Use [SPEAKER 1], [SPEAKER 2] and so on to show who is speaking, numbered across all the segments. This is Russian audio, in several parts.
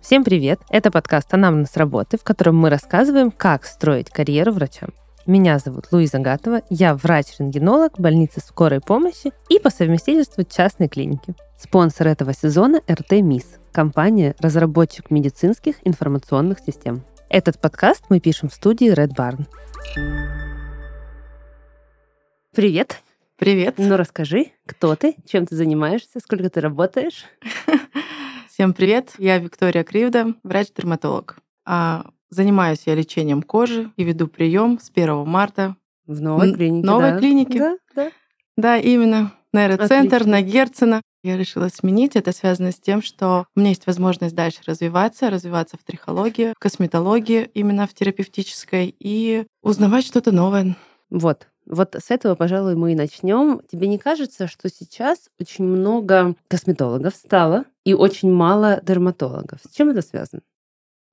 [SPEAKER 1] Всем привет! Это подкаст «Анамнез работы», в котором мы рассказываем, как строить карьеру врачом. Меня зовут Луиза Гатова, я врач-рентгенолог больницы скорой помощи и по совместительству частной клиники. Спонсор этого сезона – РТ МИС, компания «Разработчик медицинских информационных систем». Этот подкаст мы пишем в студии Red Barn. Привет!
[SPEAKER 2] Привет.
[SPEAKER 1] Ну расскажи, кто ты, чем ты занимаешься, сколько ты работаешь?
[SPEAKER 2] Всем привет. Я Виктория Кривда, врач-дерматолог. А, Занимаюсь я лечением кожи и веду прием с 1 марта.
[SPEAKER 1] В новой
[SPEAKER 2] Н-
[SPEAKER 1] клинике,
[SPEAKER 2] новой
[SPEAKER 1] да.
[SPEAKER 2] клинике.
[SPEAKER 1] Да, да.
[SPEAKER 2] Да, именно. Нейроцентр
[SPEAKER 1] Отлично.
[SPEAKER 2] на Герцена. Я решила сменить. Это связано с тем, что у меня есть возможность дальше развиваться, развиваться в трихологии, в косметологии, именно в терапевтической, и узнавать что-то новое.
[SPEAKER 1] Вот. Вот с этого, пожалуй, мы и начнем. Тебе не кажется, что сейчас очень много косметологов стало и очень мало дерматологов? С чем это связано?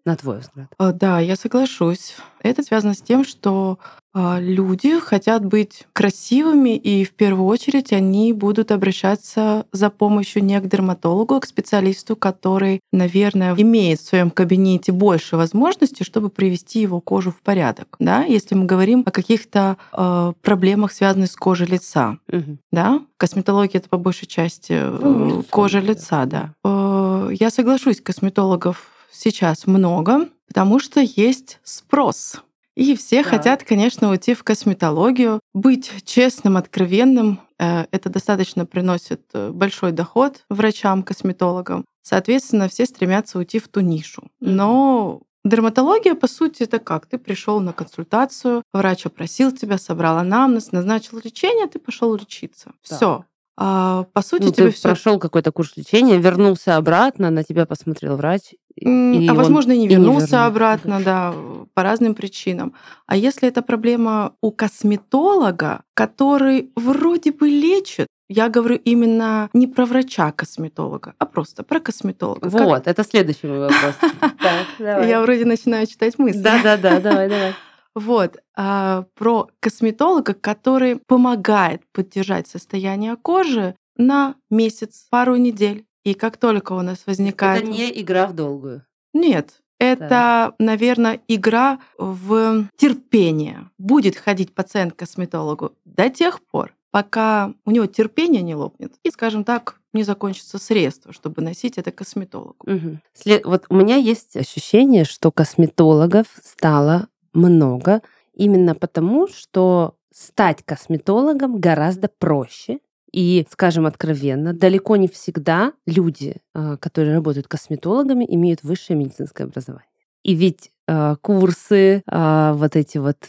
[SPEAKER 1] На твой взгляд.
[SPEAKER 2] А, Да, я соглашусь. Это связано с тем, что а, люди хотят быть красивыми, и в первую очередь они будут обращаться за помощью не к дерматологу, а к специалисту, который, наверное, имеет в своем кабинете больше возможностей, чтобы привести его кожу в порядок. Да? Если мы говорим о каких-то а, проблемах, связанных с кожей лица.
[SPEAKER 1] Мгм.
[SPEAKER 2] Да, косметология это по большей части э,
[SPEAKER 1] Ну, лицо,
[SPEAKER 2] кожа
[SPEAKER 1] да.
[SPEAKER 2] лица, да. Э, Я соглашусь, косметологов сейчас много, потому что есть спрос. И все
[SPEAKER 1] Да.
[SPEAKER 2] хотят, конечно, уйти в косметологию. Быть честным, откровенным, э, это достаточно приносит э, большой доход врачам, косметологам. Соответственно, все стремятся уйти в ту нишу. Но дерматология, по сути, это как? Ты пришел на консультацию, врач опросил тебя, собрал анамнез, назначил лечение, ты пошел лечиться.
[SPEAKER 1] Так.
[SPEAKER 2] Все. по сути,
[SPEAKER 1] Ну,
[SPEAKER 2] тебе
[SPEAKER 1] ты
[SPEAKER 2] все.
[SPEAKER 1] прошел какой-то курс лечения, вернулся обратно, на тебя посмотрел врач. и- и
[SPEAKER 2] а
[SPEAKER 1] он-
[SPEAKER 2] возможно, и не
[SPEAKER 1] и не
[SPEAKER 2] вернулся
[SPEAKER 1] вернул.
[SPEAKER 2] обратно, да, по разным причинам. А если это проблема у косметолога, который вроде бы лечит, я говорю именно не про врача-косметолога, а просто про косметолога. Как-
[SPEAKER 1] Вот, это следующий мой вопрос. Так, давай.
[SPEAKER 2] Я вроде начинаю читать мысли.
[SPEAKER 1] Да, да, да, давай, давай.
[SPEAKER 2] Вот, а, про косметолога, который помогает поддержать состояние кожи на месяц, пару недель. И как только у нас возникает...
[SPEAKER 1] Это не игра в долгую.
[SPEAKER 2] Нет, это, наверное, игра в терпение. Будет ходить пациент к косметологу до тех пор, пока у него терпение не лопнет и, скажем так, не закончится средство, чтобы носить это косметологу.
[SPEAKER 1] Мгм. Сле- Вот у меня есть ощущение, что косметологов стало много именно потому, что стать косметологом гораздо проще. И, скажем откровенно, далеко не всегда люди, э, которые работают косметологами, имеют высшее медицинское образование. И ведь э, курсы, э, вот эти вот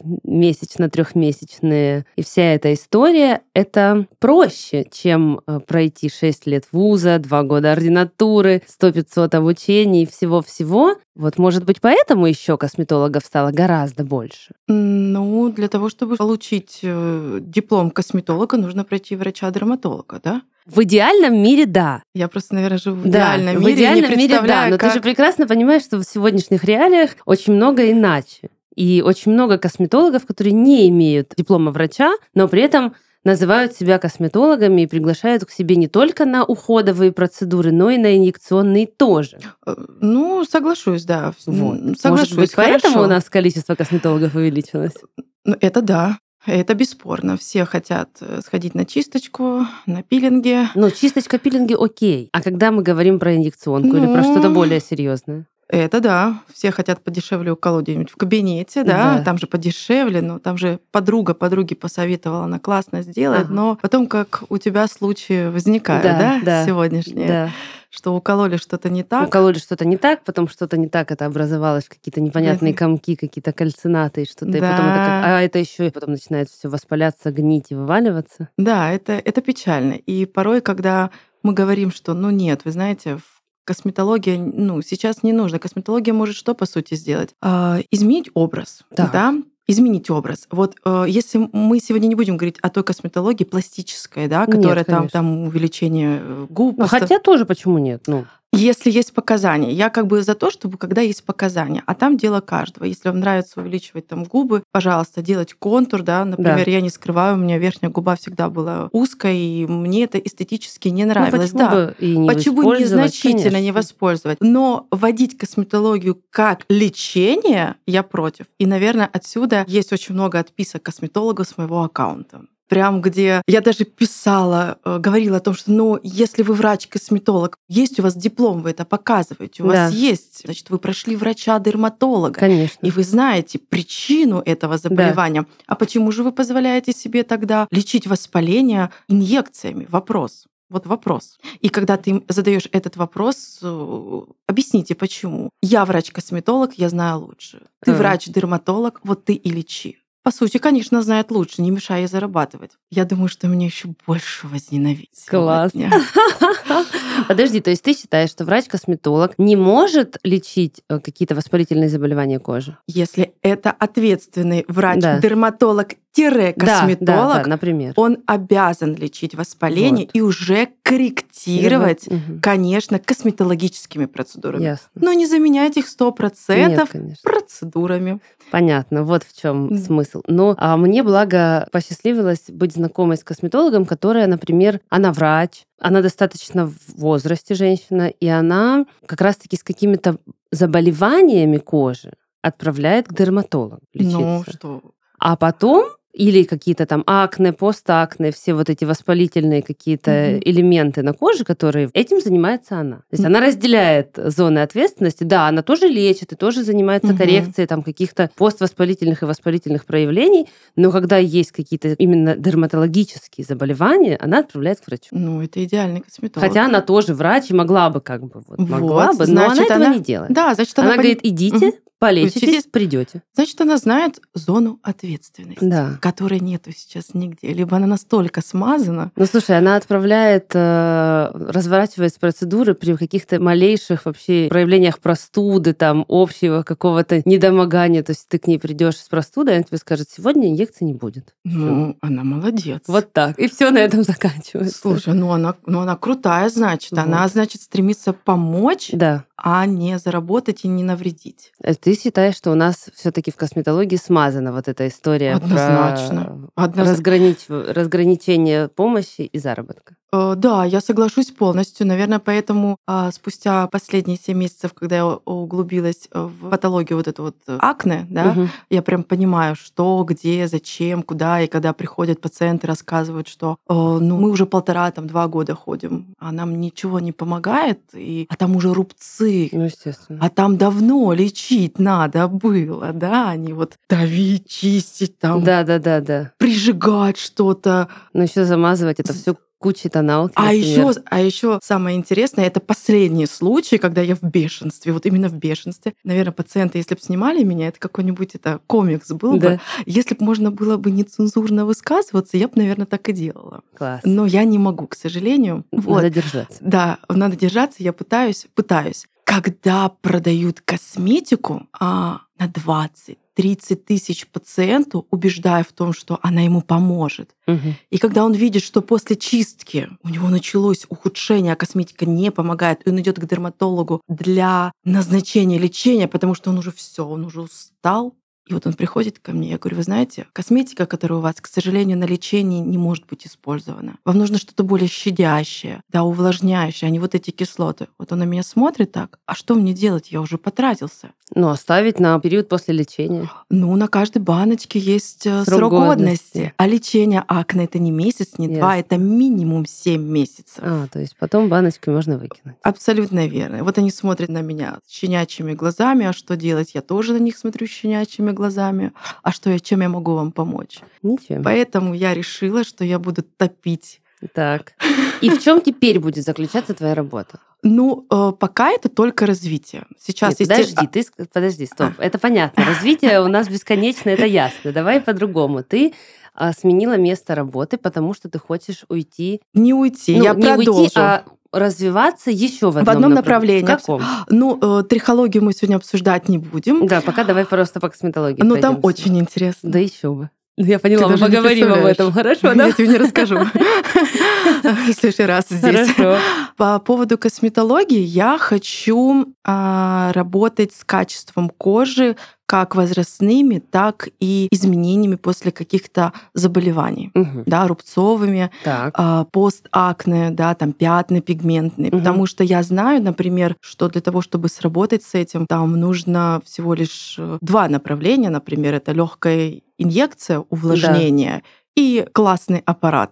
[SPEAKER 1] месячно-трехмесячные и вся эта история, это проще, чем э, пройти 6 лет вуза, 2 года ординатуры, 100-500 обучений и всего-всего. Вот, может быть, поэтому еще косметологов стало гораздо больше.
[SPEAKER 2] Ну, для того, чтобы получить э, диплом косметолога, нужно пройти врача-дерматолога, да?
[SPEAKER 1] В идеальном мире, да.
[SPEAKER 2] Я просто, наверное, живу в
[SPEAKER 1] Да,
[SPEAKER 2] идеальном
[SPEAKER 1] в
[SPEAKER 2] мире, и
[SPEAKER 1] идеальном
[SPEAKER 2] не
[SPEAKER 1] мире, да.
[SPEAKER 2] представляю,
[SPEAKER 1] Но
[SPEAKER 2] как...
[SPEAKER 1] ты же прекрасно понимаешь, что в сегодняшних реалиях очень много иначе. И очень много косметологов, которые не имеют диплома врача, но при этом называют себя косметологами и приглашают к себе не только на уходовые процедуры, но и на инъекционные тоже.
[SPEAKER 2] Э, Ну, соглашусь, да.
[SPEAKER 1] Вот.
[SPEAKER 2] М,
[SPEAKER 1] Может
[SPEAKER 2] Соглашусь,
[SPEAKER 1] быть, поэтому
[SPEAKER 2] хорошо.
[SPEAKER 1] у нас количество косметологов увеличилось.
[SPEAKER 2] Ну, это да. Это бесспорно. Все хотят э, сходить на чисточку, на пилинги.
[SPEAKER 1] Ну, чисточка пилинги окей. А когда мы говорим про инъекционку или про
[SPEAKER 2] Ну,
[SPEAKER 1] что-то более серьезное?
[SPEAKER 2] Это да. Все хотят подешевле уколоть где-нибудь в кабинете, да.
[SPEAKER 1] Да.
[SPEAKER 2] Там же подешевле, но там же подруга подруге посоветовала, она классно сделает.
[SPEAKER 1] Ага.
[SPEAKER 2] Но потом, как у тебя случаи возникают,
[SPEAKER 1] Да,
[SPEAKER 2] да,
[SPEAKER 1] да,
[SPEAKER 2] сегодняшние,
[SPEAKER 1] Да.
[SPEAKER 2] что укололи что-то не так.
[SPEAKER 1] укололи что-то не так, потом что-то не так, это образовалось какие-то непонятные комки, какие-то кальцинаты и что-то. И потом это как-
[SPEAKER 2] Да.
[SPEAKER 1] а это еще и потом начинает все воспаляться, гнить и вываливаться.
[SPEAKER 2] Да, это, это печально. И порой, когда мы говорим, что ну нет, вы знаете, в- косметология, ну, сейчас не нужно. Косметология может что, по сути, сделать? А, изменить образ,
[SPEAKER 1] Так.
[SPEAKER 2] да? Изменить образ. Вот э, если мы сегодня не будем говорить о той косметологии пластической, да,
[SPEAKER 1] Нет,
[SPEAKER 2] которая там,
[SPEAKER 1] конечно.
[SPEAKER 2] там увеличение э, губ,
[SPEAKER 1] Ну,
[SPEAKER 2] поста-
[SPEAKER 1] хотя тоже почему нет? Ну,
[SPEAKER 2] Если есть показания. Я как бы за то, чтобы когда есть показания. А там дело каждого. Если вам нравится увеличивать там губы, пожалуйста, делать контур, да. Например,
[SPEAKER 1] Да.
[SPEAKER 2] я не скрываю, у меня верхняя губа всегда была узкая, и мне это эстетически не
[SPEAKER 1] Ну,
[SPEAKER 2] нравилось.
[SPEAKER 1] почему
[SPEAKER 2] да.
[SPEAKER 1] бы и не
[SPEAKER 2] Почему
[SPEAKER 1] использовать,
[SPEAKER 2] незначительно не
[SPEAKER 1] конечно.
[SPEAKER 2] воспользовать? Но вводить косметологию как лечение я против. И, наверное, отсюда есть очень много отписок косметологов с моего аккаунта. Прям где я даже писала, э, говорила о том, что ну, если вы врач-косметолог, есть у вас диплом, вы это показываете, у вас
[SPEAKER 1] Да.
[SPEAKER 2] есть, значит, вы прошли врача-дерматолога.
[SPEAKER 1] Конечно.
[SPEAKER 2] И вы знаете причину этого заболевания. А почему же вы позволяете себе тогда лечить воспаление инъекциями? Вопрос. Вот вопрос. И когда ты им задаешь этот вопрос, э, объясните почему. Я врач-косметолог, я знаю лучше. Ты
[SPEAKER 1] Э.
[SPEAKER 2] врач-дерматолог, вот ты и лечи. По сути, конечно, знает лучше, не мешая ей зарабатывать. Я думаю, что меня еще больше возненавидят.
[SPEAKER 1] Класс.
[SPEAKER 2] сегодня.
[SPEAKER 1] Подожди, то есть ты считаешь, что врач-косметолог не может лечить э, какие-то воспалительные заболевания кожи?
[SPEAKER 2] Если это ответственный
[SPEAKER 1] Да. Да,
[SPEAKER 2] врач-дерматолог-косметолог,
[SPEAKER 1] Да, да, например.
[SPEAKER 2] он обязан лечить воспаление
[SPEAKER 1] Вот.
[SPEAKER 2] и уже корректировать,
[SPEAKER 1] Мгм.
[SPEAKER 2] конечно, косметологическими процедурами.
[SPEAKER 1] Ясно.
[SPEAKER 2] Но не заменять их 100%
[SPEAKER 1] Нет, конечно.
[SPEAKER 2] процедурами.
[SPEAKER 1] Понятно, вот в чем
[SPEAKER 2] Мгм.
[SPEAKER 1] смысл. Ну, а мне, благо, посчастливилось быть знакомой с косметологом, которая, например, она врач, она достаточно в возрасте женщина, и она как раз-таки с какими-то заболеваниями кожи отправляет к дерматологу лечиться.
[SPEAKER 2] Ну что,
[SPEAKER 1] А потом или какие-то там акне, постакне, все вот эти воспалительные какие-то
[SPEAKER 2] Мгм.
[SPEAKER 1] элементы на коже, которые этим занимается она. То есть
[SPEAKER 2] Мгм.
[SPEAKER 1] она разделяет зоны ответственности. Да, она тоже лечит и тоже занимается
[SPEAKER 2] Мгм.
[SPEAKER 1] коррекцией там каких-то поствоспалительных и воспалительных проявлений, но когда есть какие-то именно дерматологические заболевания, она отправляет к врачу.
[SPEAKER 2] ну это идеальный косметолог.
[SPEAKER 1] Хотя она тоже врач и могла бы как бы вот,
[SPEAKER 2] Вот,
[SPEAKER 1] могла бы, но она
[SPEAKER 2] значит,
[SPEAKER 1] этого
[SPEAKER 2] она-
[SPEAKER 1] не делает.
[SPEAKER 2] Да, значит, она,
[SPEAKER 1] она
[SPEAKER 2] пон-
[SPEAKER 1] говорит, идите,
[SPEAKER 2] Мгм.
[SPEAKER 1] полечитесь,
[SPEAKER 2] Лечитесь.
[SPEAKER 1] придете.
[SPEAKER 2] значит, она знает зону ответственности,
[SPEAKER 1] Да.
[SPEAKER 2] которой нету сейчас нигде. Либо она настолько смазана,
[SPEAKER 1] Ну, слушай, она отправляет, э, разворачивает процедуры при каких-то малейших вообще проявлениях простуды, там, общего какого-то недомогания. То есть ты к ней придешь с простудой, она тебе скажет, сегодня инъекции не будет.
[SPEAKER 2] ну, она молодец.
[SPEAKER 1] Вот так. И все на этом заканчивается.
[SPEAKER 2] Слушай, ну она, ну она крутая, значит. Она,
[SPEAKER 1] Вот.
[SPEAKER 2] значит, стремится помочь,
[SPEAKER 1] Да.
[SPEAKER 2] а не заработать и не навредить.
[SPEAKER 1] Э, Ты считаешь, что у нас все-таки в косметологии смазана вот эта история про
[SPEAKER 2] Однозначно. Однозна-
[SPEAKER 1] разгранич- разграничение помощи и заработка?
[SPEAKER 2] Э, Да, я соглашусь полностью. Наверное, поэтому а, спустя последние 7 месяцев, когда я у- углубилась э, в патологию вот это вот э, акне, да,
[SPEAKER 1] Мгм.
[SPEAKER 2] я прям понимаю, что, где, зачем, куда, и когда приходят пациенты, рассказывают, что «Э, ну, мы уже полтора, там, два года ходим, а нам ничего не помогает, и... а там уже рубцы,
[SPEAKER 1] Ну, естественно.
[SPEAKER 2] А там давно лечить надо было, да, а не вот давить, чистить, там,
[SPEAKER 1] Да, да, да, да.
[SPEAKER 2] прижигать что-то.
[SPEAKER 1] Но еще замазывать это все кучей тоналки.
[SPEAKER 2] А
[SPEAKER 1] например.
[SPEAKER 2] еще, а еще самое интересное, это последний случай, когда я в бешенстве, вот именно в бешенстве. Наверное, пациенты, если бы снимали меня, это какой-нибудь это комикс был бы.
[SPEAKER 1] Ну Да,
[SPEAKER 2] Если бы можно было бы нецензурно высказываться, я бы, наверное, так и делала.
[SPEAKER 1] класс.
[SPEAKER 2] Но я не могу, к сожалению. Ну, Вот.
[SPEAKER 1] Надо держаться.
[SPEAKER 2] Да, надо держаться, я пытаюсь, пытаюсь. Когда продают косметику а, на 20-30 тысяч пациенту, убеждая в том, что она ему поможет, и когда он видит, что после чистки у него началось ухудшение, а косметика не помогает, и он идет к дерматологу для назначения лечения, потому что он уже все, он уже устал. И вот он приходит ко мне, я говорю, вы знаете, косметика, которая у вас, к сожалению, на лечении не может быть использована. Вам нужно что-то более щадящее, да, увлажняющее, а не вот эти кислоты. Вот он на меня смотрит так, а что мне делать? Я уже потратился.
[SPEAKER 1] Ну, оставить на период после лечения.
[SPEAKER 2] Ну, на каждой баночке есть э,
[SPEAKER 1] Срок
[SPEAKER 2] срок, годности.
[SPEAKER 1] годности.
[SPEAKER 2] А лечение акне это не месяц, не два,
[SPEAKER 1] Ясно.
[SPEAKER 2] это минимум семь месяцев.
[SPEAKER 1] А, то есть потом баночки можно выкинуть.
[SPEAKER 2] Абсолютно верно. Вот они смотрят на меня щенячьими глазами, а что делать? Я тоже на них смотрю щенячьими глазами. А что я, чем я могу вам помочь?
[SPEAKER 1] Ничего.
[SPEAKER 2] Поэтому я решила, что я буду топить.
[SPEAKER 1] Так. И в чем теперь будет заключаться твоя работа?
[SPEAKER 2] Ну, э, пока это только развитие. Сейчас а
[SPEAKER 1] Нет,
[SPEAKER 2] есть те-
[SPEAKER 1] подожди, ты ск- подожди, стоп. Это понятно. Развитие у нас бесконечно, это ясно. Давай по-другому. Ты а, сменила место работы, потому что ты хочешь уйти.
[SPEAKER 2] а, не уйти,
[SPEAKER 1] ну,
[SPEAKER 2] я
[SPEAKER 1] не
[SPEAKER 2] продолжу.
[SPEAKER 1] уйти, а развиваться еще в одном,
[SPEAKER 2] одном
[SPEAKER 1] направ-
[SPEAKER 2] направлении.
[SPEAKER 1] В каком?
[SPEAKER 2] Ну, э, трихологию мы сегодня обсуждать не будем.
[SPEAKER 1] Да, пока давай просто по косметологии.
[SPEAKER 2] но Ну, там
[SPEAKER 1] пройдёмся.
[SPEAKER 2] очень интересно.
[SPEAKER 1] Да еще бы. Ну, я поняла,
[SPEAKER 2] Ты
[SPEAKER 1] мы
[SPEAKER 2] даже не
[SPEAKER 1] поговорим об
[SPEAKER 2] представляешь.
[SPEAKER 1] этом, хорошо, да?
[SPEAKER 2] Я тебе не расскажу. В следующий раз здесь.
[SPEAKER 1] Хорошо.
[SPEAKER 2] По поводу косметологии я хочу а, работать с качеством кожи как возрастными, так и изменениями после каких-то заболеваний,
[SPEAKER 1] Мгм.
[SPEAKER 2] да, рубцовыми,
[SPEAKER 1] Так.
[SPEAKER 2] а, постакне, да, там пятна пигментные,
[SPEAKER 1] Мгм.
[SPEAKER 2] потому что я знаю, например, что для того, чтобы сработать с этим, там нужно всего лишь э, два направления, например, это легкая инъекция, увлажнение и классный аппарат,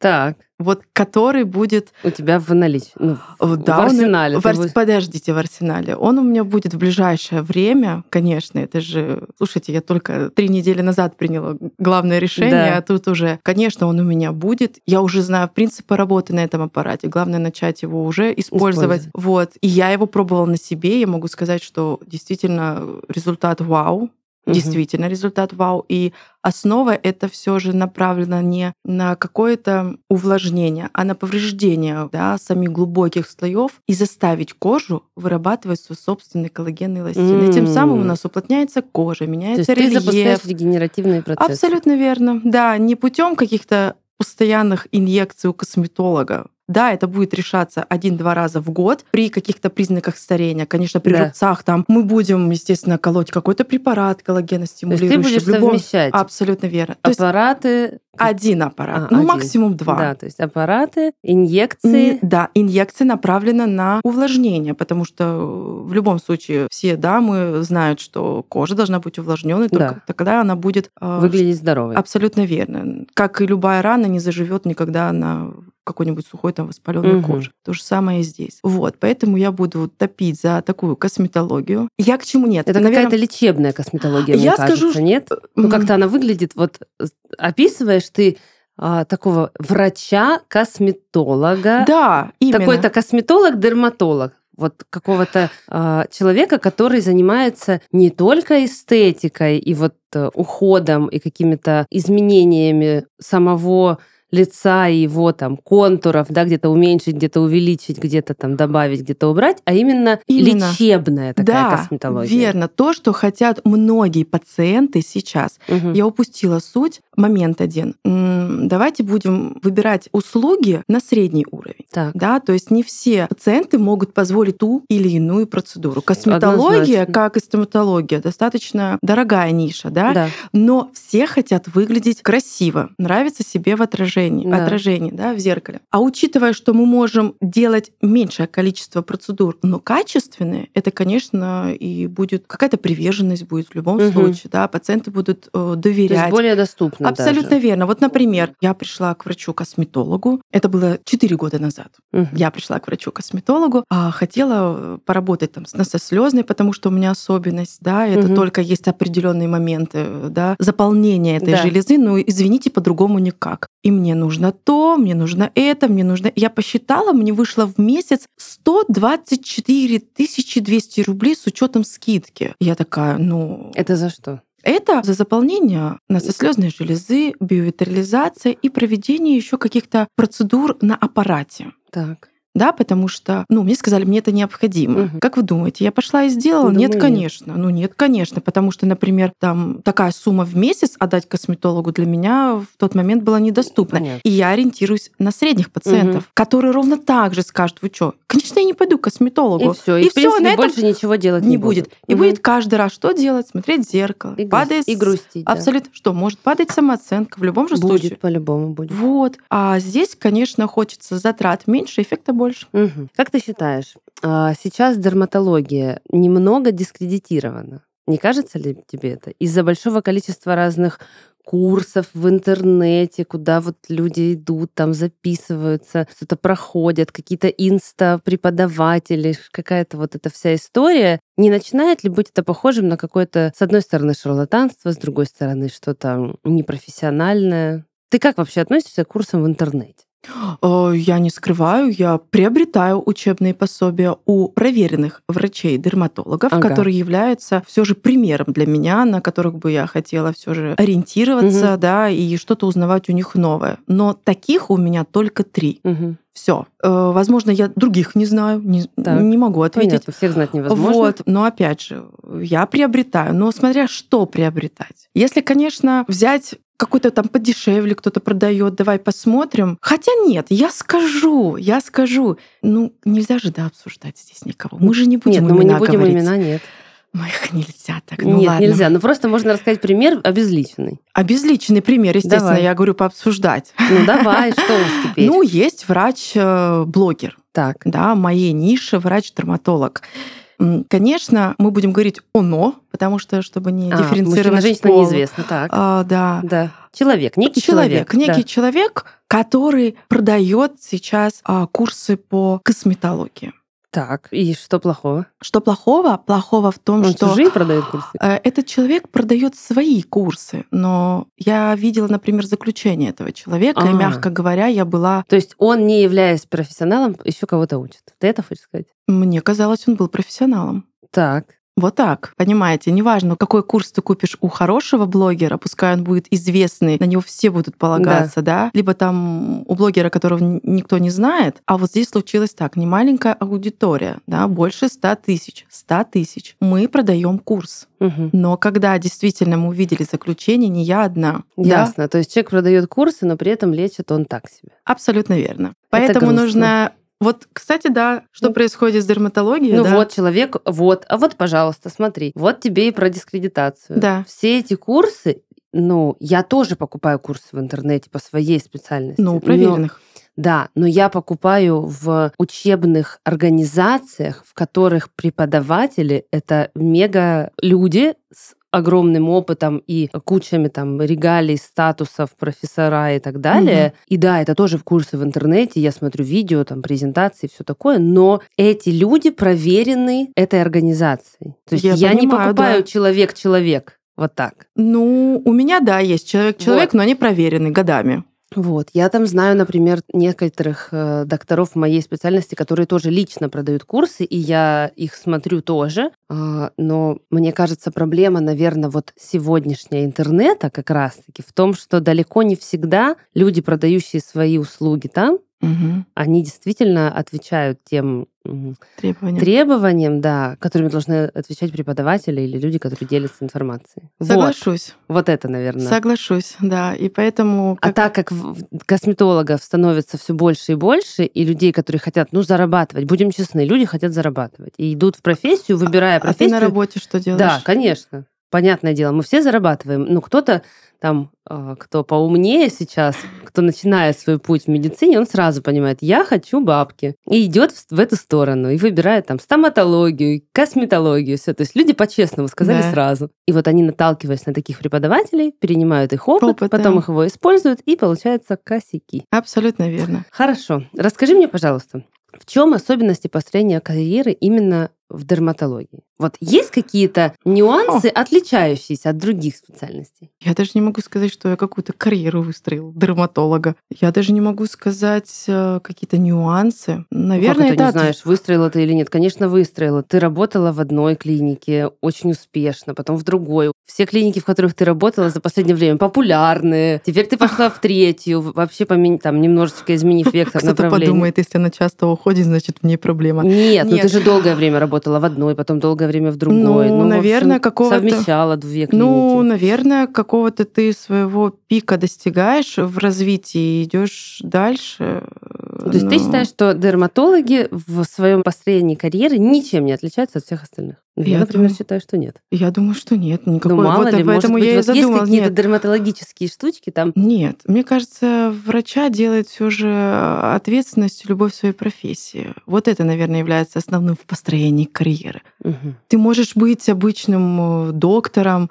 [SPEAKER 1] Так.
[SPEAKER 2] вот который будет
[SPEAKER 1] У тебя в наличии. ну,
[SPEAKER 2] Э, да,
[SPEAKER 1] в
[SPEAKER 2] он и-
[SPEAKER 1] арсенале.
[SPEAKER 2] в
[SPEAKER 1] ты
[SPEAKER 2] арс-
[SPEAKER 1] будешь-
[SPEAKER 2] Подождите, в арсенале. Он у меня будет в ближайшее время, конечно, это же... Слушайте, я только три недели назад приняла главное решение,
[SPEAKER 1] Да.
[SPEAKER 2] а тут уже, конечно, он у меня будет. Я уже знаю принципы работы на этом аппарате. Главное начать его уже использовать.
[SPEAKER 1] Использовать.
[SPEAKER 2] Вот. И я его пробовала на себе, я могу сказать, что действительно результат вау.
[SPEAKER 1] Мгм.
[SPEAKER 2] Действительно, результат вау. И основа это все же направлено не на какое-то увлажнение, а на повреждение да, самих глубоких слоев и заставить кожу вырабатывать свой собственный коллаген и эластин. И тем
[SPEAKER 1] М.
[SPEAKER 2] самым у нас уплотняется кожа,
[SPEAKER 1] То есть
[SPEAKER 2] меняется
[SPEAKER 1] ты
[SPEAKER 2] рельеф.
[SPEAKER 1] запускаешь регенеративные процессы.
[SPEAKER 2] Абсолютно верно. Да, не путем каких-то постоянных инъекций у косметолога. Да, это будет решаться один-два раза в год при каких-то признаках старения. Конечно, при
[SPEAKER 1] Да.
[SPEAKER 2] рубцах там мы будем, естественно, колоть какой-то препарат
[SPEAKER 1] То есть ты
[SPEAKER 2] коллагеностимулирующий.
[SPEAKER 1] будешь
[SPEAKER 2] в любом
[SPEAKER 1] совмещать
[SPEAKER 2] Абсолютно верно. То есть
[SPEAKER 1] аппараты.
[SPEAKER 2] один аппарат,
[SPEAKER 1] А,
[SPEAKER 2] ну
[SPEAKER 1] один.
[SPEAKER 2] максимум два.
[SPEAKER 1] Да, то есть аппараты, инъекции.
[SPEAKER 2] Н- Да, инъекция направлена на увлажнение, потому что э, в любом случае все дамы знают, что кожа должна быть увлажненной, только
[SPEAKER 1] Да.
[SPEAKER 2] тогда она будет э,
[SPEAKER 1] Выглядеть здоровой.
[SPEAKER 2] абсолютно верно. Как и любая рана не заживет никогда на какой-нибудь сухой там воспаленной
[SPEAKER 1] Мгм.
[SPEAKER 2] коже. То же самое и здесь. Вот, поэтому я буду топить за такую косметологию. Я к чему нет?
[SPEAKER 1] Это
[SPEAKER 2] наверное,
[SPEAKER 1] какая-то лечебная косметология, мне
[SPEAKER 2] Я
[SPEAKER 1] кажется,
[SPEAKER 2] скажу, что-
[SPEAKER 1] нет? Ну,
[SPEAKER 2] м,
[SPEAKER 1] как-то она выглядит, вот э, описываешь ты а, такого врача-косметолога.
[SPEAKER 2] Да, именно.
[SPEAKER 1] Такой-то косметолог-дерматолог. Вот какого-то а, человека, который занимается не только эстетикой и вот э, уходом и какими-то изменениями самого лица и его там контуров, да, где-то уменьшить, где-то увеличить, где-то там добавить, где-то убрать, а именно,
[SPEAKER 2] Именно.
[SPEAKER 1] лечебная такая
[SPEAKER 2] да,
[SPEAKER 1] косметология.
[SPEAKER 2] верно. То, что хотят многие пациенты сейчас.
[SPEAKER 1] Мгм.
[SPEAKER 2] Я упустила суть. Момент один. М, Давайте будем выбирать услуги на средний уровень.
[SPEAKER 1] Так.
[SPEAKER 2] Да, то есть не все пациенты могут позволить ту или иную процедуру. Косметология,
[SPEAKER 1] Однозначно.
[SPEAKER 2] как и стоматология, достаточно дорогая ниша, да?
[SPEAKER 1] Да.
[SPEAKER 2] но все хотят выглядеть красиво, нравится себе в отражении,
[SPEAKER 1] Да.
[SPEAKER 2] отражении, да, в зеркале. А учитывая, что мы можем делать меньшее количество процедур, но качественные, это, конечно, и будет какая-то приверженность будет в любом
[SPEAKER 1] Мгм.
[SPEAKER 2] случае, да, пациенты будут э,
[SPEAKER 1] То есть
[SPEAKER 2] доверять.
[SPEAKER 1] более доступно
[SPEAKER 2] Абсолютно верно. Вот, например, я пришла к врачу-косметологу. Это было 4 года назад.
[SPEAKER 1] даже. Мгм.
[SPEAKER 2] Я пришла к врачу-косметологу, а хотела э, поработать там с носослезной, потому что у меня особенность, да, и это
[SPEAKER 1] Мгм.
[SPEAKER 2] только есть определенные моменты, э, да, заполнения этой
[SPEAKER 1] Да.
[SPEAKER 2] железы, ну, извините, по-другому никак. И мне нужно то, мне нужно это, мне нужно... Я посчитала, мне вышло в месяц 124 200 рублей с учетом скидки. Я такая, ну...
[SPEAKER 1] Это за что?
[SPEAKER 2] Это за заполнение носослезной железы, биовитализация и проведение еще каких-то процедур на аппарате
[SPEAKER 1] Так.
[SPEAKER 2] да, потому что, ну, мне сказали, мне это необходимо.
[SPEAKER 1] Мгм.
[SPEAKER 2] Как вы думаете, я пошла и сделала?
[SPEAKER 1] Думаю,
[SPEAKER 2] нет,
[SPEAKER 1] нет.
[SPEAKER 2] конечно. Ну, нет, конечно, потому что, например, там такая сумма в месяц отдать косметологу для меня в тот момент была недоступна.
[SPEAKER 1] Понятно.
[SPEAKER 2] И я ориентируюсь на средних пациентов, которые ровно так же скажут, вы что, конечно, я не пойду к косметологу.
[SPEAKER 1] И все. И,
[SPEAKER 2] И
[SPEAKER 1] в
[SPEAKER 2] всё,
[SPEAKER 1] принципе,
[SPEAKER 2] на этом
[SPEAKER 1] больше ничего делать
[SPEAKER 2] не будет. И
[SPEAKER 1] Мгм.
[SPEAKER 2] будет каждый раз что делать? Смотреть в зеркало.
[SPEAKER 1] И, грусть-
[SPEAKER 2] падает
[SPEAKER 1] и
[SPEAKER 2] с-
[SPEAKER 1] грустить. да.
[SPEAKER 2] Абсолютно. Что, может падать самооценка в любом же
[SPEAKER 1] Будет,
[SPEAKER 2] случае?
[SPEAKER 1] по-любому будет.
[SPEAKER 2] Вот. А здесь, конечно, хочется затрат меньше, эффекта больше.
[SPEAKER 1] Мгм. Как ты считаешь, а, сейчас дерматология немного дискредитирована? Не кажется ли тебе это? Из-за большого количества разных курсов в интернете, куда вот люди идут, там записываются, что-то проходят, какие-то инста-преподаватели, какая-то вот эта вся история. Не начинает ли быть это похожим на какое-то, с одной стороны, шарлатанство, с другой стороны, что-то непрофессиональное? Ты как вообще относишься к курсам в интернете?
[SPEAKER 2] Э, Я не скрываю, я приобретаю учебные пособия у проверенных врачей-дерматологов,
[SPEAKER 1] Ага.
[SPEAKER 2] которые являются все же примером для меня, на которых бы я хотела все же ориентироваться, да, и что-то узнавать у них новое. Но таких у меня только три.
[SPEAKER 1] Мгм.
[SPEAKER 2] Все. Возможно, я других не знаю, не,
[SPEAKER 1] Так.
[SPEAKER 2] не могу ответить.
[SPEAKER 1] Понятно, всех знать невозможно.
[SPEAKER 2] Вот, но опять же, я приобретаю, но смотря что приобретать. Если, конечно, взять какой-то там подешевле кто-то продает, давай посмотрим. Хотя нет, я скажу, я скажу. Ну, нельзя же, да, обсуждать здесь никого. Мы же не будем
[SPEAKER 1] Нет,
[SPEAKER 2] имена
[SPEAKER 1] ну мы не будем
[SPEAKER 2] говорить.
[SPEAKER 1] имена, нет.
[SPEAKER 2] Ой, их нельзя так, ну
[SPEAKER 1] Нет,
[SPEAKER 2] ладно.
[SPEAKER 1] нельзя. Ну просто можно рассказать пример обезличенный.
[SPEAKER 2] Обезличенный пример, естественно,
[SPEAKER 1] Давай.
[SPEAKER 2] я говорю пообсуждать.
[SPEAKER 1] Ну давай, что уж теперь.
[SPEAKER 2] Ну, есть э, врач-блогер,
[SPEAKER 1] так.
[SPEAKER 2] да, моей ниши, врач-дерматолог. М, Конечно, мы будем говорить «оно», потому что, чтобы не
[SPEAKER 1] А,
[SPEAKER 2] дифференцировать
[SPEAKER 1] женщина
[SPEAKER 2] пол.
[SPEAKER 1] неизвестно, так.
[SPEAKER 2] А, да.
[SPEAKER 1] Да. Человек, некий человек. да.
[SPEAKER 2] некий человек, который продает сейчас а, курсы по косметологии.
[SPEAKER 1] Так, и что плохого?
[SPEAKER 2] Что плохого? Плохого в том,
[SPEAKER 1] Он
[SPEAKER 2] Ну, что
[SPEAKER 1] чужие продает курсы?
[SPEAKER 2] э, этот человек продает свои курсы, но я видела, например, заключение этого человека,
[SPEAKER 1] А.
[SPEAKER 2] и, мягко говоря, я была...
[SPEAKER 1] То есть он, не являясь профессионалом, еще кого-то учит. Ты это хочешь сказать?
[SPEAKER 2] Мне казалось, он был профессионалом.
[SPEAKER 1] Так.
[SPEAKER 2] Вот так, понимаете, неважно, какой курс ты купишь у хорошего блогера, пускай он будет известный, на него все будут полагаться, да, либо там у блогера, которого н- никто не знает, а вот здесь случилось так, не маленькая аудитория, да, больше 100 тысяч, 100 тысяч, мы продаем курс,
[SPEAKER 1] Мгм.
[SPEAKER 2] но когда действительно мы увидели заключение, не я одна, да,
[SPEAKER 1] Ясно. То есть человек продает курсы, но при этом лечит он так себе.
[SPEAKER 2] абсолютно верно, поэтому
[SPEAKER 1] грустно.
[SPEAKER 2] нужно, вот, кстати, да, что
[SPEAKER 1] Ну.
[SPEAKER 2] происходит с дерматологией,
[SPEAKER 1] Ну
[SPEAKER 2] да.
[SPEAKER 1] вот человек, вот, а вот, пожалуйста, смотри, вот тебе и про дискредитацию.
[SPEAKER 2] Да.
[SPEAKER 1] Все эти курсы, ну, я тоже покупаю курсы в интернете по своей специальности.
[SPEAKER 2] ну, у
[SPEAKER 1] но-
[SPEAKER 2] проверенных.
[SPEAKER 1] да, но я покупаю в учебных организациях, в которых преподаватели это мега люди с огромным опытом и кучами там регалий, статусов профессора и так далее. И да, это тоже в курсы в интернете, я смотрю видео, там презентации, все такое, но эти люди проверены этой организацией. То есть я,
[SPEAKER 2] Я
[SPEAKER 1] не
[SPEAKER 2] понимаю,
[SPEAKER 1] покупаю
[SPEAKER 2] да.
[SPEAKER 1] человек-человек вот так.
[SPEAKER 2] Ну, у меня, да, есть человек-человек,
[SPEAKER 1] Вот.
[SPEAKER 2] но они проверены годами.
[SPEAKER 1] Вот, я там знаю, например, некоторых э, докторов моей специальности, которые тоже лично продают курсы, и я их смотрю тоже. А, но мне кажется, проблема, наверное, вот сегодняшняя интернета как раз-таки в том, что далеко не всегда люди, продающие свои услуги там, они действительно отвечают тем м,
[SPEAKER 2] Требования.
[SPEAKER 1] требованиям, да, которыми должны отвечать преподаватели или люди, которые делятся информацией. Вот,
[SPEAKER 2] Соглашусь,
[SPEAKER 1] вот это, наверное.
[SPEAKER 2] соглашусь, да. И поэтому
[SPEAKER 1] А
[SPEAKER 2] Ну, как-
[SPEAKER 1] так как в- в- косметологов становится все больше и больше, и людей, которые хотят, ну, зарабатывать, будем честны, люди хотят зарабатывать. И идут в профессию, выбирая
[SPEAKER 2] а ты
[SPEAKER 1] профессию.
[SPEAKER 2] на работе что делаешь?
[SPEAKER 1] Да, конечно. Понятное дело, мы все зарабатываем. Ну, кто-то там, э, кто поумнее сейчас, кто начинает свой путь в медицине, он сразу понимает, я хочу бабки. И идет в, в эту сторону, и выбирает там стоматологию, косметологию, все. То есть люди по-честному сказали
[SPEAKER 2] Да.
[SPEAKER 1] сразу. И вот они, наталкиваясь на таких преподавателей, перенимают их опыт,
[SPEAKER 2] Опыт,
[SPEAKER 1] потом
[SPEAKER 2] да.
[SPEAKER 1] их его используют, и получаются косяки.
[SPEAKER 2] Абсолютно верно.
[SPEAKER 1] Хорошо. Расскажи мне, пожалуйста, в чем особенности построения карьеры именно в дерматологии? Вот есть какие-то нюансы, отличающиеся от других специальностей?
[SPEAKER 2] Я даже не могу сказать, что я какую-то карьеру выстроил дерматолога. Я даже не могу сказать э, какие-то нюансы.
[SPEAKER 1] Ну,
[SPEAKER 2] Наверное,
[SPEAKER 1] как это
[SPEAKER 2] это
[SPEAKER 1] не
[SPEAKER 2] от-
[SPEAKER 1] знаешь, выстроила ты или нет? Конечно, выстроила. Ты работала в одной клинике очень успешно, потом в другой. Все клиники, в которых ты работала за последнее время, популярные. Теперь ты пошла в третью, вообще помен- там немножечко изменив вектор
[SPEAKER 2] Кто-то
[SPEAKER 1] направления.
[SPEAKER 2] подумает, если она часто уходит, значит, в ней проблема.
[SPEAKER 1] Нет, ну
[SPEAKER 2] Нет.
[SPEAKER 1] ты же долгое время работала в одной, потом долгое время в другой.
[SPEAKER 2] Ну,
[SPEAKER 1] в общем,
[SPEAKER 2] наверное, какого-то-
[SPEAKER 1] Совмещала две клиники.
[SPEAKER 2] Ну, наверное, какого-то ты своего пика достигаешь в развитии и идешь дальше.
[SPEAKER 1] То есть
[SPEAKER 2] ну.
[SPEAKER 1] ты считаешь, что дерматологи в своем построении карьеры ничем не отличаются от всех остальных? Ну, Я,
[SPEAKER 2] Я
[SPEAKER 1] например,
[SPEAKER 2] думаю-
[SPEAKER 1] считаю, что нет.
[SPEAKER 2] Я думаю, что нет, никакой.
[SPEAKER 1] Ну, мало
[SPEAKER 2] вот
[SPEAKER 1] ли, может
[SPEAKER 2] поэтому
[SPEAKER 1] быть,
[SPEAKER 2] я
[SPEAKER 1] вот
[SPEAKER 2] и задумалась.
[SPEAKER 1] есть какие-то
[SPEAKER 2] нет.
[SPEAKER 1] дерматологические штучки там.
[SPEAKER 2] Нет, мне кажется, врача делает все же а, ответственность и любовь к своей профессии. Вот это, наверное, является основным в построении карьеры.
[SPEAKER 1] Мгм.
[SPEAKER 2] Ты можешь быть обычным э, доктором,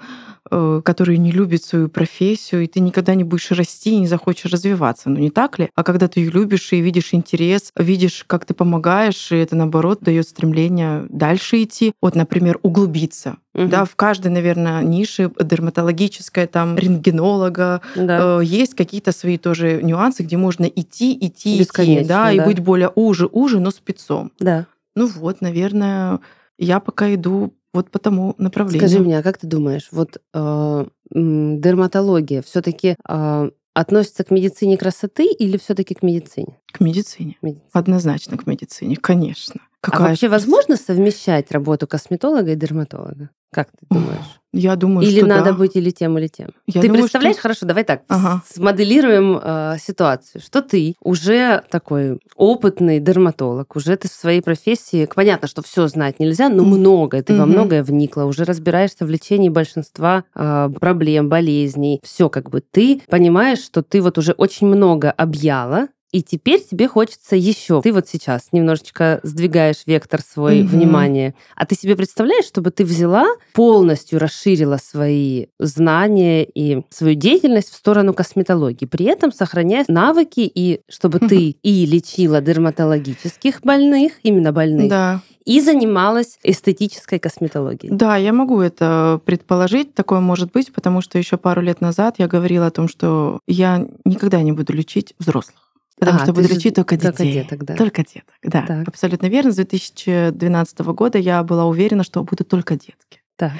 [SPEAKER 2] э, который не любит свою профессию, и ты никогда не будешь расти и не захочешь развиваться. Ну не так ли? А когда ты ее любишь и видишь интерес, видишь, как ты помогаешь, и это, наоборот, дает стремление дальше идти. Вот, например, углубиться.
[SPEAKER 1] Мгм.
[SPEAKER 2] Да, в каждой, наверное, нише дерматологическая, там, рентгенолога,
[SPEAKER 1] Да.
[SPEAKER 2] э, есть какие-то свои тоже нюансы, где можно идти, идти, идти,
[SPEAKER 1] Бесконечно,
[SPEAKER 2] да, и
[SPEAKER 1] да.
[SPEAKER 2] быть более уже, уже, но спецом.
[SPEAKER 1] да.
[SPEAKER 2] Ну вот, наверное, я пока иду вот по тому направлению.
[SPEAKER 1] Скажи мне, а как ты думаешь, вот э, м, дерматология все-таки относится к медицине красоты или все-таки к медицине?
[SPEAKER 2] К медицине.
[SPEAKER 1] Медицине.
[SPEAKER 2] Однозначно к медицине, конечно.
[SPEAKER 1] а вообще возможно совмещать работу косметолога и дерматолога? Как ты думаешь?
[SPEAKER 2] Я думаю,
[SPEAKER 1] или
[SPEAKER 2] что
[SPEAKER 1] надо
[SPEAKER 2] да.
[SPEAKER 1] быть или тем, или тем.
[SPEAKER 2] Я
[SPEAKER 1] ты
[SPEAKER 2] думаю,
[SPEAKER 1] представляешь,
[SPEAKER 2] что-
[SPEAKER 1] хорошо, давай так,
[SPEAKER 2] Ага.
[SPEAKER 1] с- смоделируем э, ситуацию, что ты уже такой опытный дерматолог, уже ты в своей профессии, понятно, что все знать нельзя, но
[SPEAKER 2] Мгм.
[SPEAKER 1] многое, ты во
[SPEAKER 2] Мгм.
[SPEAKER 1] многое вникла, уже разбираешься в лечении большинства э, проблем, болезней, все как бы ты понимаешь, что ты вот уже очень много объяла, и теперь тебе хочется еще. Ты вот сейчас немножечко сдвигаешь вектор свой
[SPEAKER 2] Мгм.
[SPEAKER 1] внимания. А ты себе представляешь, чтобы ты взяла полностью расширила свои знания и свою деятельность в сторону косметологии, при этом сохраняя навыки, и чтобы ты и лечила дерматологических больных, именно больных,
[SPEAKER 2] Да.
[SPEAKER 1] и занималась эстетической косметологией.
[SPEAKER 2] Да, я могу это предположить, такое может быть, потому что еще пару лет назад я говорила о том, что я никогда не буду лечить взрослых, потому
[SPEAKER 1] А,
[SPEAKER 2] что
[SPEAKER 1] ты
[SPEAKER 2] буду
[SPEAKER 1] же
[SPEAKER 2] лечить только детей.
[SPEAKER 1] только деток, да.
[SPEAKER 2] Только деток, да.
[SPEAKER 1] Так.
[SPEAKER 2] Абсолютно верно. С 2012 года я была уверена, что буду только детки.
[SPEAKER 1] Так.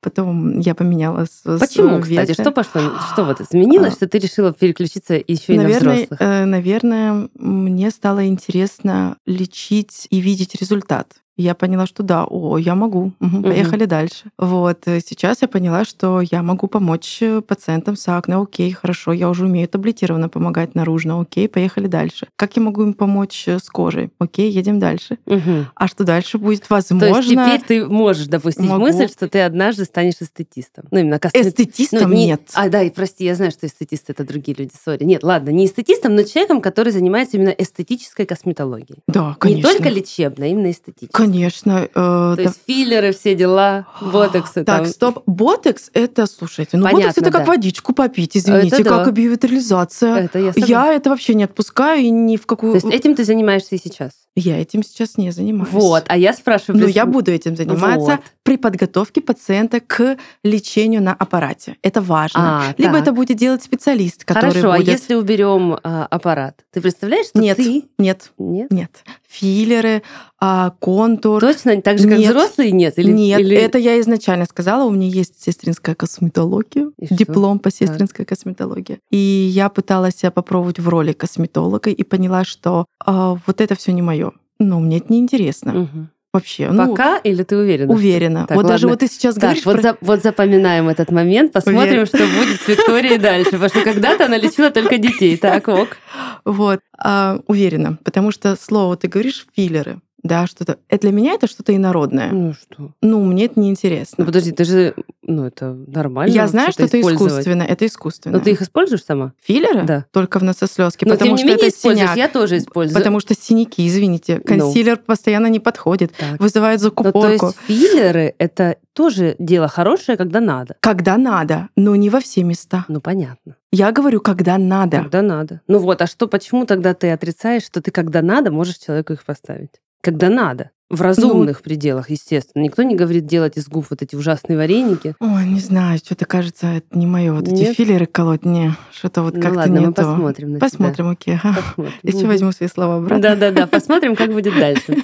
[SPEAKER 2] Потом я поменяла с- свой
[SPEAKER 1] Почему, кстати,
[SPEAKER 2] вектор.
[SPEAKER 1] что пошло, что вот изменилось,
[SPEAKER 2] А.
[SPEAKER 1] что ты решила переключиться еще и на
[SPEAKER 2] Наверное,
[SPEAKER 1] взрослых?
[SPEAKER 2] э, наверное, мне стало интересно лечить и видеть результат. Я поняла, что да, о, я могу. Мгм, Поехали дальше. Вот э, сейчас я поняла, что я могу помочь э, пациентам с акне. Окей, хорошо, я уже умею таблетированно помогать наружно. Окей, поехали дальше. Как я могу им помочь э, с кожей? Окей, едем дальше.
[SPEAKER 1] Мгм.
[SPEAKER 2] А что дальше будет?
[SPEAKER 1] То
[SPEAKER 2] Возможно,
[SPEAKER 1] есть теперь ты можешь допустить
[SPEAKER 2] Могу.
[SPEAKER 1] мысль, что ты однажды станешь эстетистом. Ну, именно косметологом.
[SPEAKER 2] эстетистом
[SPEAKER 1] Ну, не-
[SPEAKER 2] нет.
[SPEAKER 1] А, да, и прости, я знаю, что эстетисты это другие люди, сори. Нет, ладно, не эстетистом, но человеком, который занимается именно эстетической косметологией.
[SPEAKER 2] Да, конечно.
[SPEAKER 1] Не только лечебной, а именно эстетической.
[SPEAKER 2] Конечно. э,
[SPEAKER 1] То
[SPEAKER 2] да.
[SPEAKER 1] есть филлеры, все дела, ботоксы
[SPEAKER 2] Так,
[SPEAKER 1] там.
[SPEAKER 2] стоп. Ботекс это, слушайте, ну
[SPEAKER 1] Понятно,
[SPEAKER 2] ботекс это как
[SPEAKER 1] да.
[SPEAKER 2] водичку попить, извините,
[SPEAKER 1] Это да.
[SPEAKER 2] как биовитализация.
[SPEAKER 1] Это я, согласна.
[SPEAKER 2] а Я это вообще не отпускаю и ни в какую.
[SPEAKER 1] То есть этим ты занимаешься и сейчас.
[SPEAKER 2] Я этим сейчас не занимаюсь.
[SPEAKER 1] Вот, а я спрашиваю...
[SPEAKER 2] Но
[SPEAKER 1] прис-
[SPEAKER 2] я буду этим заниматься
[SPEAKER 1] Вот.
[SPEAKER 2] при подготовке пациента к лечению на аппарате. Это важно.
[SPEAKER 1] А,
[SPEAKER 2] Либо
[SPEAKER 1] так.
[SPEAKER 2] это будет делать специалист, который
[SPEAKER 1] Хорошо,
[SPEAKER 2] будет.
[SPEAKER 1] а если уберем а, аппарат? Ты представляешь, что
[SPEAKER 2] Нет.
[SPEAKER 1] ты...
[SPEAKER 2] Нет,
[SPEAKER 1] Нет.
[SPEAKER 2] нет. Филлеры, а, контур.
[SPEAKER 1] Точно так же, как
[SPEAKER 2] Нет.
[SPEAKER 1] взрослые нет? Или,
[SPEAKER 2] Нет,
[SPEAKER 1] или-
[SPEAKER 2] это я изначально сказала. У меня есть сестринская косметология,
[SPEAKER 1] И что?
[SPEAKER 2] диплом по сестринской косметологии. И я пыталась себя попробовать в роли косметолога и поняла, что а, вот это все не мое. Ну, мне это неинтересно
[SPEAKER 1] Мгм.
[SPEAKER 2] вообще. Ну,
[SPEAKER 1] Пока или ты уверена?
[SPEAKER 2] уверена.
[SPEAKER 1] Так,
[SPEAKER 2] вот даже
[SPEAKER 1] ладно.
[SPEAKER 2] вот ты сейчас
[SPEAKER 1] Так,
[SPEAKER 2] говоришь
[SPEAKER 1] вот,
[SPEAKER 2] про-
[SPEAKER 1] за- вот запоминаем этот момент, посмотрим,
[SPEAKER 2] Уверен.
[SPEAKER 1] что будет с Викторией дальше. Потому что когда-то она лечила только детей. Так, ок.
[SPEAKER 2] вот, а, уверена, потому что слово ты говоришь филлеры, да, что-то. Это для меня это что-то инородное.
[SPEAKER 1] Ну что?
[SPEAKER 2] Ну, мне это неинтересно.
[SPEAKER 1] Ну подожди, ты же, ну это нормально.
[SPEAKER 2] я знаю, что
[SPEAKER 1] вообще-то
[SPEAKER 2] это
[SPEAKER 1] использовать.
[SPEAKER 2] искусственно, это искусственно.
[SPEAKER 1] Но ты их используешь сама?
[SPEAKER 2] Филлеры?
[SPEAKER 1] Да.
[SPEAKER 2] Только в носослезке,
[SPEAKER 1] Но
[SPEAKER 2] Типа
[SPEAKER 1] тем
[SPEAKER 2] потому
[SPEAKER 1] не
[SPEAKER 2] что
[SPEAKER 1] менее
[SPEAKER 2] это
[SPEAKER 1] используешь,
[SPEAKER 2] синяк.
[SPEAKER 1] я тоже использую.
[SPEAKER 2] Потому что синяки,
[SPEAKER 1] Ну.
[SPEAKER 2] извините, консилер постоянно не подходит,
[SPEAKER 1] Так.
[SPEAKER 2] вызывает
[SPEAKER 1] Ну, то
[SPEAKER 2] закупорку.
[SPEAKER 1] есть филлеры это тоже дело хорошее, когда надо.
[SPEAKER 2] Когда надо, но не во все места.
[SPEAKER 1] Ну понятно.
[SPEAKER 2] Я говорю, когда надо.
[SPEAKER 1] Когда надо. Ну вот, а что, почему тогда ты отрицаешь, что ты когда надо можешь человеку их поставить? Когда надо.
[SPEAKER 2] Ну
[SPEAKER 1] В разумных пределах, естественно. Никто не говорит делать из губ вот эти ужасные вареники.
[SPEAKER 2] Ой, не знаю, что-то кажется, это не мое. Вот эти
[SPEAKER 1] Нет?
[SPEAKER 2] филлеры колоть, не, что-то вот
[SPEAKER 1] ну
[SPEAKER 2] как-то
[SPEAKER 1] ладно,
[SPEAKER 2] не
[SPEAKER 1] мы
[SPEAKER 2] то.
[SPEAKER 1] посмотрим на тебя.
[SPEAKER 2] Посмотрим, окей. ага.
[SPEAKER 1] Посмотрим.
[SPEAKER 2] Еще возьму свои слова обратно.
[SPEAKER 1] Да-да-да, посмотрим, как будет дальше.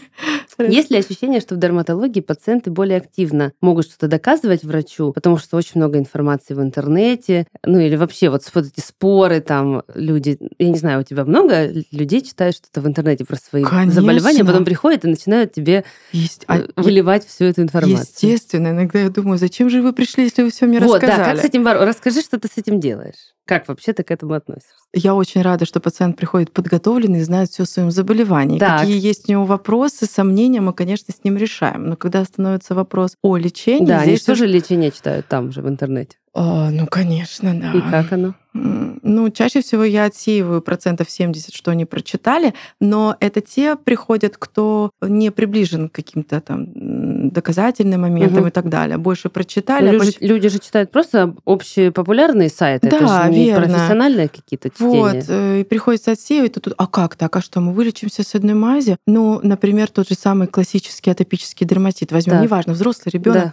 [SPEAKER 2] Хорошо.
[SPEAKER 1] Есть ли ощущение, что в дерматологии пациенты более активно могут что-то доказывать врачу, потому что очень много информации в интернете, ну или вообще вот с- вот эти споры там люди, я не знаю, у тебя много людей читают что-то в интернете про свои
[SPEAKER 2] Конечно.
[SPEAKER 1] заболевания, потом приходят и начинают тебе
[SPEAKER 2] Есть, а,
[SPEAKER 1] э, выливать всю эту информацию.
[SPEAKER 2] естественно, иногда я думаю, зачем же вы пришли, если вы все мне
[SPEAKER 1] Вот, да,
[SPEAKER 2] рассказали?
[SPEAKER 1] как с этим боро- Расскажи, что ты с этим делаешь. Как вообще ты к этому относишься?
[SPEAKER 2] Я очень рада, что пациент приходит подготовленный и знает все о своем заболевании.
[SPEAKER 1] Так.
[SPEAKER 2] Какие есть у него вопросы, сомнения, мы, конечно, с ним решаем. Но когда становится вопрос о лечении,
[SPEAKER 1] Да, они
[SPEAKER 2] здесь
[SPEAKER 1] что
[SPEAKER 2] уже-
[SPEAKER 1] же лечение читают там же в интернете?
[SPEAKER 2] А, ну, конечно, да.
[SPEAKER 1] И как оно?
[SPEAKER 2] М, Ну, чаще всего я отсеиваю процентов 70, что они прочитали, но это те приходят, кто не приближен к каким-то там м, доказательным моментам
[SPEAKER 1] Мгм.
[SPEAKER 2] и так далее. Больше
[SPEAKER 1] Ну,
[SPEAKER 2] прочитали. а
[SPEAKER 1] люди,
[SPEAKER 2] больше-
[SPEAKER 1] же- люди же читают просто общепопулярные сайты, это
[SPEAKER 2] Да,
[SPEAKER 1] же не
[SPEAKER 2] верно.
[SPEAKER 1] профессиональные какие-то чтения.
[SPEAKER 2] Вот, э, и приходится отсеивать, и тут, а как так, а что, мы вылечимся с одной мази? Ну, например, тот же самый классический атопический дерматит. Возьмем,
[SPEAKER 1] Так.
[SPEAKER 2] неважно, взрослый ребенок,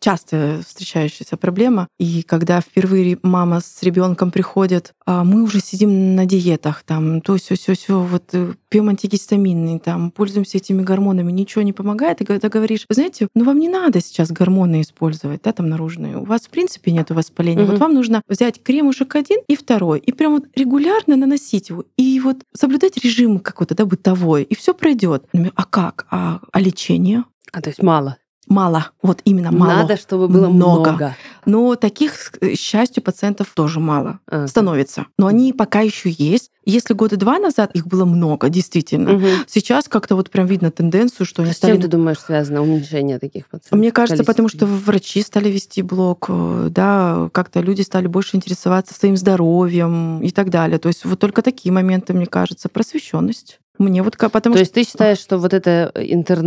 [SPEAKER 2] часто а, встречающаяся проблема. И когда впервые мама с ребенком приходит, а мы уже сидим на диетах, там, то, все, все, все, вот э, пьем антигистаминные, там, пользуемся этими гормонами, ничего не помогает. И когда говоришь, «Вы знаете, ну вам не надо сейчас гормоны использовать, да, там наружные. У вас в принципе нет воспаления.
[SPEAKER 1] Мгм.
[SPEAKER 2] Вот вам нужно взять кремушек один и второй и прям вот регулярно наносить его. И и вот соблюдать режим какой-то, да, бытовой, и все пройдет. А как? А, а лечение?
[SPEAKER 1] А то есть мало.
[SPEAKER 2] Мало, вот именно мало.
[SPEAKER 1] Надо, чтобы было много.
[SPEAKER 2] Но таких, к счастью, пациентов тоже мало
[SPEAKER 1] А,
[SPEAKER 2] становится. Но они пока еще есть. Если года два назад их было много, действительно.
[SPEAKER 1] Мгм.
[SPEAKER 2] Сейчас как-то вот прям видно тенденцию, что они
[SPEAKER 1] С чем
[SPEAKER 2] стали... А
[SPEAKER 1] ты думаешь связано уменьшение таких пациентов?
[SPEAKER 2] Мне кажется, потому что
[SPEAKER 1] Количество.
[SPEAKER 2] врачи стали вести блог, э, да, как-то люди стали больше интересоваться своим здоровьем и так далее. То есть вот только такие моменты, мне кажется, просвещенность. Мне вот ка- потому
[SPEAKER 1] То
[SPEAKER 2] что
[SPEAKER 1] есть ты считаешь, что вот эта э,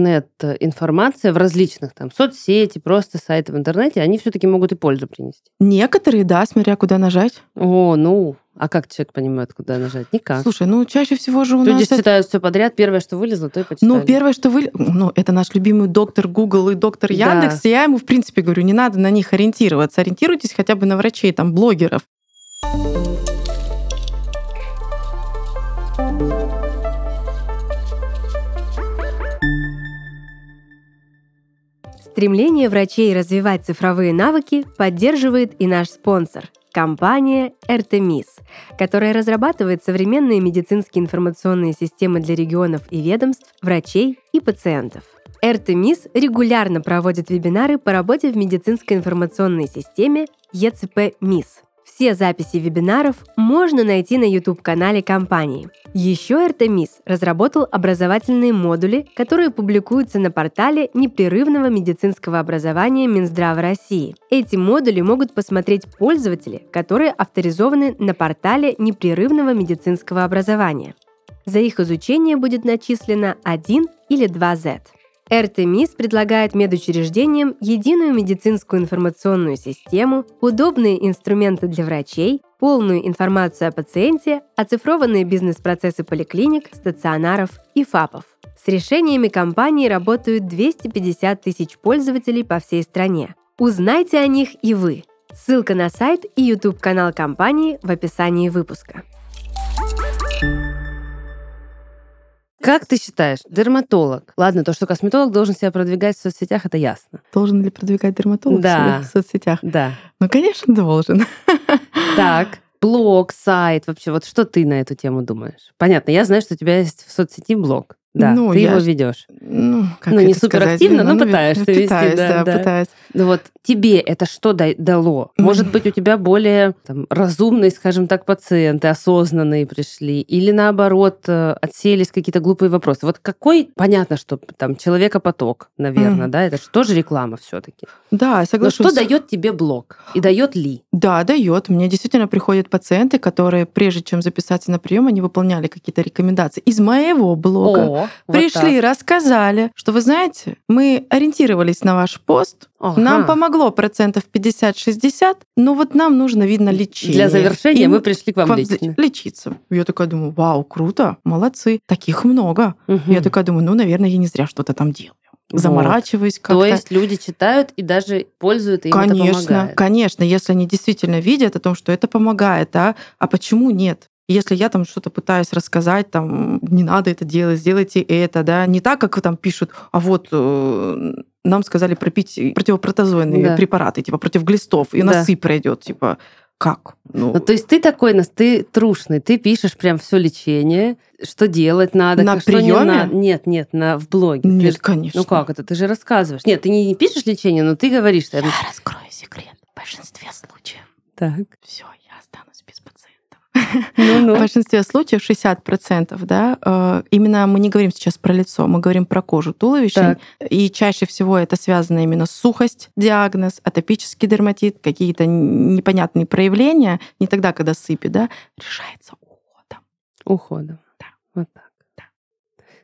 [SPEAKER 1] интернет-информация в различных там соцсети, просто сайты в интернете, они все-таки могут и пользу принести?
[SPEAKER 2] некоторые, да, смотря куда нажать.
[SPEAKER 1] О, ну, а как человек понимает, куда нажать? Никак.
[SPEAKER 2] Слушай, ну чаще всего же у
[SPEAKER 1] Люди
[SPEAKER 2] нас это-
[SPEAKER 1] читают все подряд, первое, что вылезло, то и почитали.
[SPEAKER 2] Ну, первое, что вы... Ну, это наш любимый доктор Google и доктор
[SPEAKER 1] Да.
[SPEAKER 2] Яндекс. И Я ему, в принципе, говорю, не надо на них ориентироваться. Ориентируйтесь хотя бы на врачей, там, блогеров.
[SPEAKER 3] Стремление врачей развивать цифровые навыки поддерживает и наш спонсор – компания «Эртемис», которая разрабатывает современные медицинские информационные системы для регионов и ведомств, врачей и пациентов. «Эртемис» регулярно проводит вебинары по работе в медицинской информационной системе ЕЦП-МИС. Все записи вебинаров можно найти на YouTube-канале компании. Еще Артемис разработал образовательные модули, которые публикуются на портале непрерывного медицинского образования Минздрава России. Эти модули могут посмотреть пользователи, которые авторизованы на портале непрерывного медицинского образования. За их изучение будет начислено 1 или 2 Z. РТМИС предлагает медучреждениям единую медицинскую информационную систему, удобные инструменты для врачей, полную информацию о пациенте, оцифрованные бизнес-процессы поликлиник, стационаров и ФАПов. С решениями компании работают 250 тысяч пользователей по всей стране. Узнайте о них и вы. Ссылка на сайт и YouTube-канал компании в описании выпуска.
[SPEAKER 1] Как ты считаешь, дерматолог? Ладно, то, что косметолог должен себя продвигать в соцсетях, это ясно.
[SPEAKER 2] Должен ли продвигать дерматолог
[SPEAKER 1] Да.
[SPEAKER 2] себя в соцсетях?
[SPEAKER 1] Да.
[SPEAKER 2] Ну, конечно, должен.
[SPEAKER 1] Так, блог, сайт, вообще, вот что ты на эту тему думаешь? Понятно, я знаю, что у тебя есть в соцсети блог. Да,
[SPEAKER 2] Ну,
[SPEAKER 1] ты
[SPEAKER 2] я
[SPEAKER 1] его
[SPEAKER 2] ж-
[SPEAKER 1] ведешь.
[SPEAKER 2] Ну, как
[SPEAKER 1] Ну, не
[SPEAKER 2] это сказать?
[SPEAKER 1] суперактивно, но
[SPEAKER 2] Ну,
[SPEAKER 1] пытаешься вести,
[SPEAKER 2] Пытаюсь,
[SPEAKER 1] да,
[SPEAKER 2] да,
[SPEAKER 1] да.
[SPEAKER 2] пытаюсь.
[SPEAKER 1] Ну вот тебе это что дай- дало? Может
[SPEAKER 2] Мгм.
[SPEAKER 1] быть, у тебя более там, разумные, скажем так, пациенты, осознанные пришли, или наоборот, э, отсеялись какие-то глупые вопросы. Вот какой, понятно, что там человекопоток, наверное,
[SPEAKER 2] Мгм.
[SPEAKER 1] да, это же тоже реклама все-таки.
[SPEAKER 2] Да,
[SPEAKER 1] Но
[SPEAKER 2] соглашусь.
[SPEAKER 1] что Ну, дает тебе блог? И дает ли?
[SPEAKER 2] Да, дает. Мне действительно приходят пациенты, которые, прежде чем записаться на прием, они выполняли какие-то рекомендации из моего блога.
[SPEAKER 1] О, вот
[SPEAKER 2] Пришли, рассказали, что вы знаете, мы ориентировались на ваш пост,
[SPEAKER 1] так.
[SPEAKER 2] Нам
[SPEAKER 1] Ага.
[SPEAKER 2] помогло процентов 50-60, но вот нам нужно, видно, лечение.
[SPEAKER 1] Для завершения
[SPEAKER 2] И
[SPEAKER 1] мы пришли к
[SPEAKER 2] к
[SPEAKER 1] вам
[SPEAKER 2] вам
[SPEAKER 1] лично.
[SPEAKER 2] лечиться. Я такая думаю, вау, круто, молодцы, таких много.
[SPEAKER 1] Мгм.
[SPEAKER 2] Я такая думаю, ну, наверное, я не зря что-то там делаю.
[SPEAKER 1] Хм. Вот.
[SPEAKER 2] Заморачиваюсь как-то.
[SPEAKER 1] То есть люди читают и даже пользуют, и им это
[SPEAKER 2] Конечно,
[SPEAKER 1] помогает.
[SPEAKER 2] конечно, если они действительно видят о том, что это помогает, да, а почему нет? Если я там что-то пытаюсь рассказать, там, не надо это делать, сделайте это, да, не так, как там пишут, а вот э, нам сказали пропить противопротозойные
[SPEAKER 1] Да.
[SPEAKER 2] препараты, типа против глистов, и
[SPEAKER 1] Да.
[SPEAKER 2] насыпь пройдет, типа, как? Ну,
[SPEAKER 1] Ну, то есть ты такой, нас- ты трушный, ты пишешь прям все лечение, что делать надо,
[SPEAKER 2] На
[SPEAKER 1] как- что не
[SPEAKER 2] приёме?
[SPEAKER 1] надо. Нет, нет, на, в блоге. Ты
[SPEAKER 2] нет,
[SPEAKER 1] ж-
[SPEAKER 2] конечно.
[SPEAKER 1] ну как это? Ты же рассказываешь. Нет, ты не, не пишешь лечение, но ты говоришь.
[SPEAKER 2] Я
[SPEAKER 1] там,
[SPEAKER 2] раскрою секрет. В большинстве случаев
[SPEAKER 1] Так.
[SPEAKER 2] все, я останусь без пациента. В
[SPEAKER 1] Ну-ну.
[SPEAKER 2] большинстве случаев 60%, да, э, именно мы не говорим сейчас про лицо, мы говорим про кожу туловища. И чаще всего это связано именно сухость, диагноз, атопический дерматит, какие-то н- непонятные проявления, не тогда, когда сыпи, да, решается уходом.
[SPEAKER 1] Уходом.
[SPEAKER 2] Да.
[SPEAKER 1] Вот так.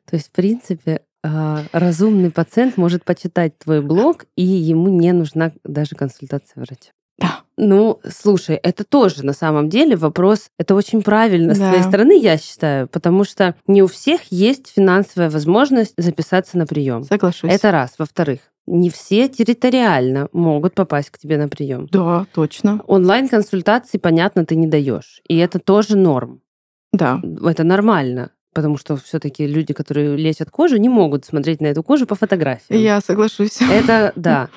[SPEAKER 1] То есть, в принципе, а, разумный пациент может почитать твой блог, и ему не нужна даже консультация врача.
[SPEAKER 2] Да.
[SPEAKER 1] Ну, слушай, это тоже на самом деле вопрос. Это очень правильно с
[SPEAKER 2] Да.
[SPEAKER 1] твоей стороны, я считаю, потому что не у всех есть финансовая возможность записаться на прием.
[SPEAKER 2] Соглашусь.
[SPEAKER 1] Это раз. Во-вторых, не все территориально могут попасть к тебе на прием.
[SPEAKER 2] Да, точно.
[SPEAKER 1] Онлайн-консультации, понятно, ты не даешь. И это тоже норм.
[SPEAKER 2] Да.
[SPEAKER 1] Это нормально. Потому что все-таки люди, которые лечат кожу, Э. не могут смотреть на эту кожу по фотографиям.
[SPEAKER 2] Я соглашусь.
[SPEAKER 1] Это да.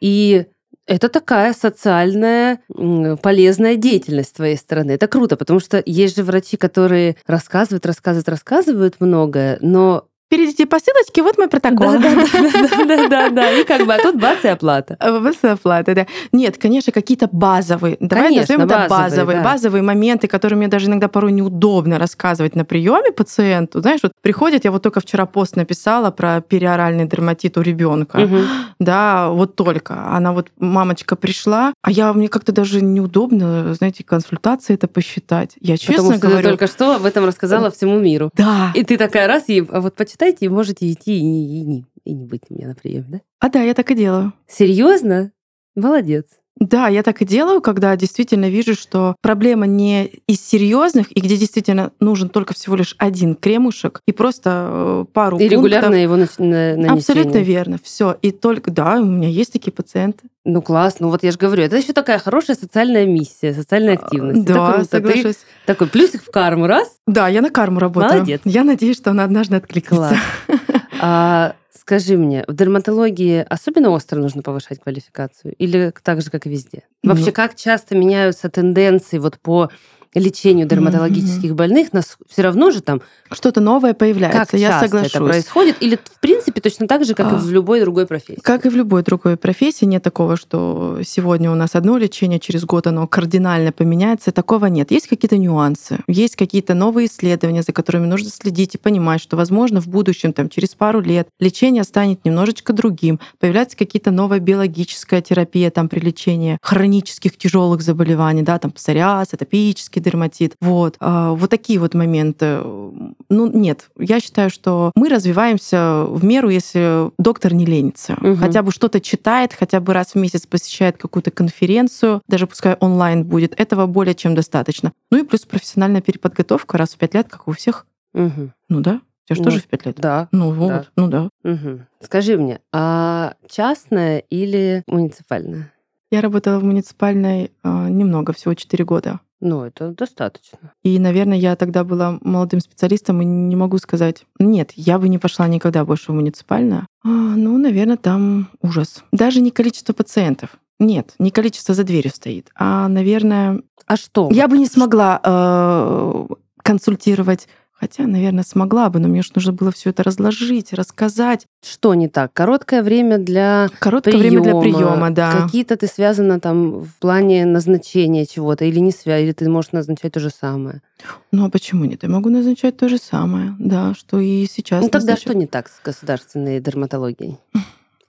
[SPEAKER 1] И Это такая социальная м, полезная деятельность с твоей стороны. Это круто, потому что есть же врачи, которые рассказывают, рассказывают, рассказывают многое, но
[SPEAKER 2] Перейдите по ссылочке, вот мой протокол.
[SPEAKER 1] да, да, да, да, да, да, и как бы, а тут бац и оплата.
[SPEAKER 2] ВВС Э, оплата, да. Нет, конечно, какие-то базовые. Давай
[SPEAKER 1] Конечно,
[SPEAKER 2] назовем это
[SPEAKER 1] базовые,
[SPEAKER 2] базовые.
[SPEAKER 1] да.
[SPEAKER 2] Базовые моменты, которые мне даже иногда порой неудобно рассказывать на приеме пациенту. Знаешь, вот приходят, я вот только вчера пост написала про периоральный дерматит у ребенка.
[SPEAKER 1] Мгм.
[SPEAKER 2] Да, вот только. Она вот, мамочка пришла, а я, мне как-то даже неудобно, знаете, консультации это посчитать. Я честно
[SPEAKER 1] Потому что ты
[SPEAKER 2] говорю...
[SPEAKER 1] только что об этом рассказала всему миру.
[SPEAKER 2] Да.
[SPEAKER 1] И ты такая раз, и а вот почитайте, и можете идти и не, и не, и не быть у меня на приеме, да?
[SPEAKER 2] А да, я так и делаю.
[SPEAKER 1] Серьезно? Молодец.
[SPEAKER 2] Да, я так и делаю, когда действительно вижу, что проблема не из серьезных, и где действительно нужен только всего лишь один кремушек и просто э, пару
[SPEAKER 1] И
[SPEAKER 2] пунктов.
[SPEAKER 1] регулярно его нач- на- нанесение.
[SPEAKER 2] Абсолютно верно. Все. И только, да, у меня есть такие пациенты.
[SPEAKER 1] Ну класс, ну вот я же говорю, это еще такая хорошая социальная миссия, социальная активность. Это
[SPEAKER 2] А, Да,
[SPEAKER 1] круто. Ты
[SPEAKER 2] соглашусь.
[SPEAKER 1] такой плюсик в карму, раз,
[SPEAKER 2] Да, я на карму работаю.
[SPEAKER 1] Молодец.
[SPEAKER 2] Я надеюсь, что она однажды откликнется.
[SPEAKER 1] Класс. А скажи мне, в дерматологии особенно остро нужно повышать квалификацию? Или так же, как и везде?
[SPEAKER 2] Ну.
[SPEAKER 1] Вообще, как часто меняются тенденции вот по лечению дерматологических больных? Нас все равно же там,
[SPEAKER 2] Что-то новое появляется,
[SPEAKER 1] как
[SPEAKER 2] я
[SPEAKER 1] часто
[SPEAKER 2] соглашусь.
[SPEAKER 1] это происходит? Или в принципе точно так же, как и
[SPEAKER 2] А.
[SPEAKER 1] в любой другой профессии?
[SPEAKER 2] Как и в любой другой профессии, нет такого, что сегодня у нас одно лечение, через год оно кардинально поменяется. Такого нет. Есть какие-то нюансы, есть какие-то новые исследования, за которыми нужно следить и понимать, что, возможно, в будущем, там, через пару лет, лечение станет немножечко другим. Появляется какие-то новая биологическая терапия там, при лечении хронических тяжелых заболеваний, да, там, псориаз, атопический дерматит. Вот. А, вот такие вот моменты. Ну, нет, я считаю, что мы развиваемся в меру, если доктор не ленится.
[SPEAKER 1] Мгм.
[SPEAKER 2] Хотя бы что-то читает, хотя бы раз в месяц посещает какую-то конференцию, даже пускай онлайн будет. Этого более чем достаточно. Ну и плюс профессиональная переподготовка раз в пять лет, как у всех.
[SPEAKER 1] Мгм.
[SPEAKER 2] Ну да, у тебя же
[SPEAKER 1] Ну,
[SPEAKER 2] тоже в пять лет.
[SPEAKER 1] Да.
[SPEAKER 2] Ну вот,
[SPEAKER 1] да.
[SPEAKER 2] ну да.
[SPEAKER 1] Мгм. Скажи мне, а частная или муниципальная?
[SPEAKER 2] Я работала в муниципальной а, немного, всего 4 года.
[SPEAKER 1] Ну, это достаточно.
[SPEAKER 2] И, наверное, я тогда была молодым специалистом и не могу сказать, нет, я бы не пошла никогда больше в муниципальную. А, ну, наверное, там ужас. Даже не количество пациентов. Нет, не количество за дверью стоит, а, наверное,
[SPEAKER 1] А что?
[SPEAKER 2] я бы не смогла э, консультировать. Хотя, наверное, смогла бы, но мне же нужно было все это разложить, рассказать.
[SPEAKER 1] Что не так? Короткое время для
[SPEAKER 2] Короткое время для приема, да.
[SPEAKER 1] Какие-то ты связана там в плане назначения чего-то или не связана, или ты можешь назначать то же самое.
[SPEAKER 2] Ну а почему нет? Я могу назначать то же самое, да, что и сейчас.
[SPEAKER 1] ну тогда
[SPEAKER 2] назначаю.
[SPEAKER 1] что не так с государственной дерматологией?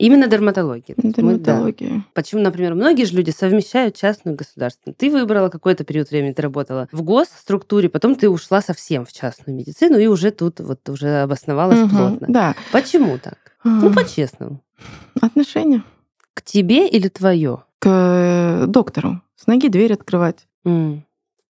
[SPEAKER 1] Именно дерматологией.
[SPEAKER 2] Ну,
[SPEAKER 1] То есть мы, да.
[SPEAKER 2] Дерматология.
[SPEAKER 1] Почему, например, многие же люди совмещают частную и государственную? Ты выбрала какой-то период времени, ты работала в госструктуре, потом ты ушла совсем в частную медицину и уже тут вот уже обосновалась
[SPEAKER 2] Мгм,
[SPEAKER 1] плотно.
[SPEAKER 2] Да.
[SPEAKER 1] Почему так? Ну,
[SPEAKER 2] А,
[SPEAKER 1] по-честному.
[SPEAKER 2] Отношения
[SPEAKER 1] К тебе или твое?
[SPEAKER 2] к э, доктору. С ноги дверь открывать.
[SPEAKER 1] М.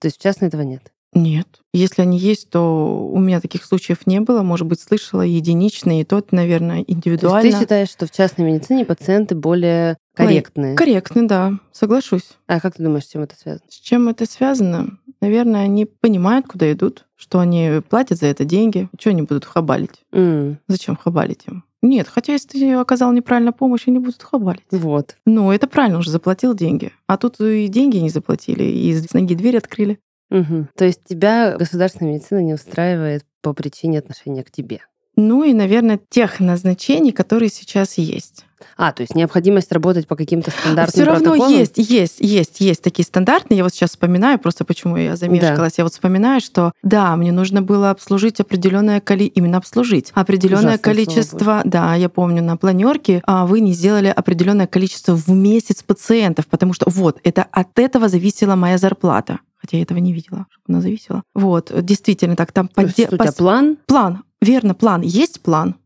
[SPEAKER 1] То есть в частной этого нет?
[SPEAKER 2] Нет. Если они есть, то у меня таких случаев не было. Может быть, слышала единичные, и тот,
[SPEAKER 1] То
[SPEAKER 2] наверное,
[SPEAKER 1] есть
[SPEAKER 2] индивидуально.
[SPEAKER 1] ты считаешь, что в частной медицине пациенты более корректные?
[SPEAKER 2] Корректно, да. Соглашусь.
[SPEAKER 1] А как ты думаешь, с чем это связано?
[SPEAKER 2] С чем это связано? Наверное, они понимают, куда идут, что они платят за это деньги. Что они будут хабалить?
[SPEAKER 1] М,
[SPEAKER 2] Зачем хабалить им? Нет, хотя если ты оказал неправильно помощь, они будут хабалить.
[SPEAKER 1] Вот.
[SPEAKER 2] Ну, это правильно, уже заплатил деньги. А тут и деньги не заплатили, и с ноги дверь открыли.
[SPEAKER 1] Мгм. То есть тебя государственная медицина не устраивает по причине отношения к тебе?
[SPEAKER 2] Ну и, наверное, тех назначений, которые сейчас есть.
[SPEAKER 1] А, то есть необходимость работать по каким-то стандартным
[SPEAKER 2] Все равно
[SPEAKER 1] протоколам?
[SPEAKER 2] есть, есть, есть, есть такие стандартные. Я вот сейчас вспоминаю, просто почему я замешкалась. Я вот вспоминаю, что да, мне нужно было обслужить определенное количество, именно обслужить определенное
[SPEAKER 1] Ужасное слово
[SPEAKER 2] количество. Да, я помню, на планерке а, вы не сделали определенное количество в месяц пациентов, потому что вот это от этого зависела моя зарплата. Хотя я этого не видела, чтобы она зависела. Вот, действительно, так там
[SPEAKER 1] То есть
[SPEAKER 2] подде-
[SPEAKER 1] что у тебя
[SPEAKER 2] пос-
[SPEAKER 1] план?
[SPEAKER 2] План, верно, план. Есть план.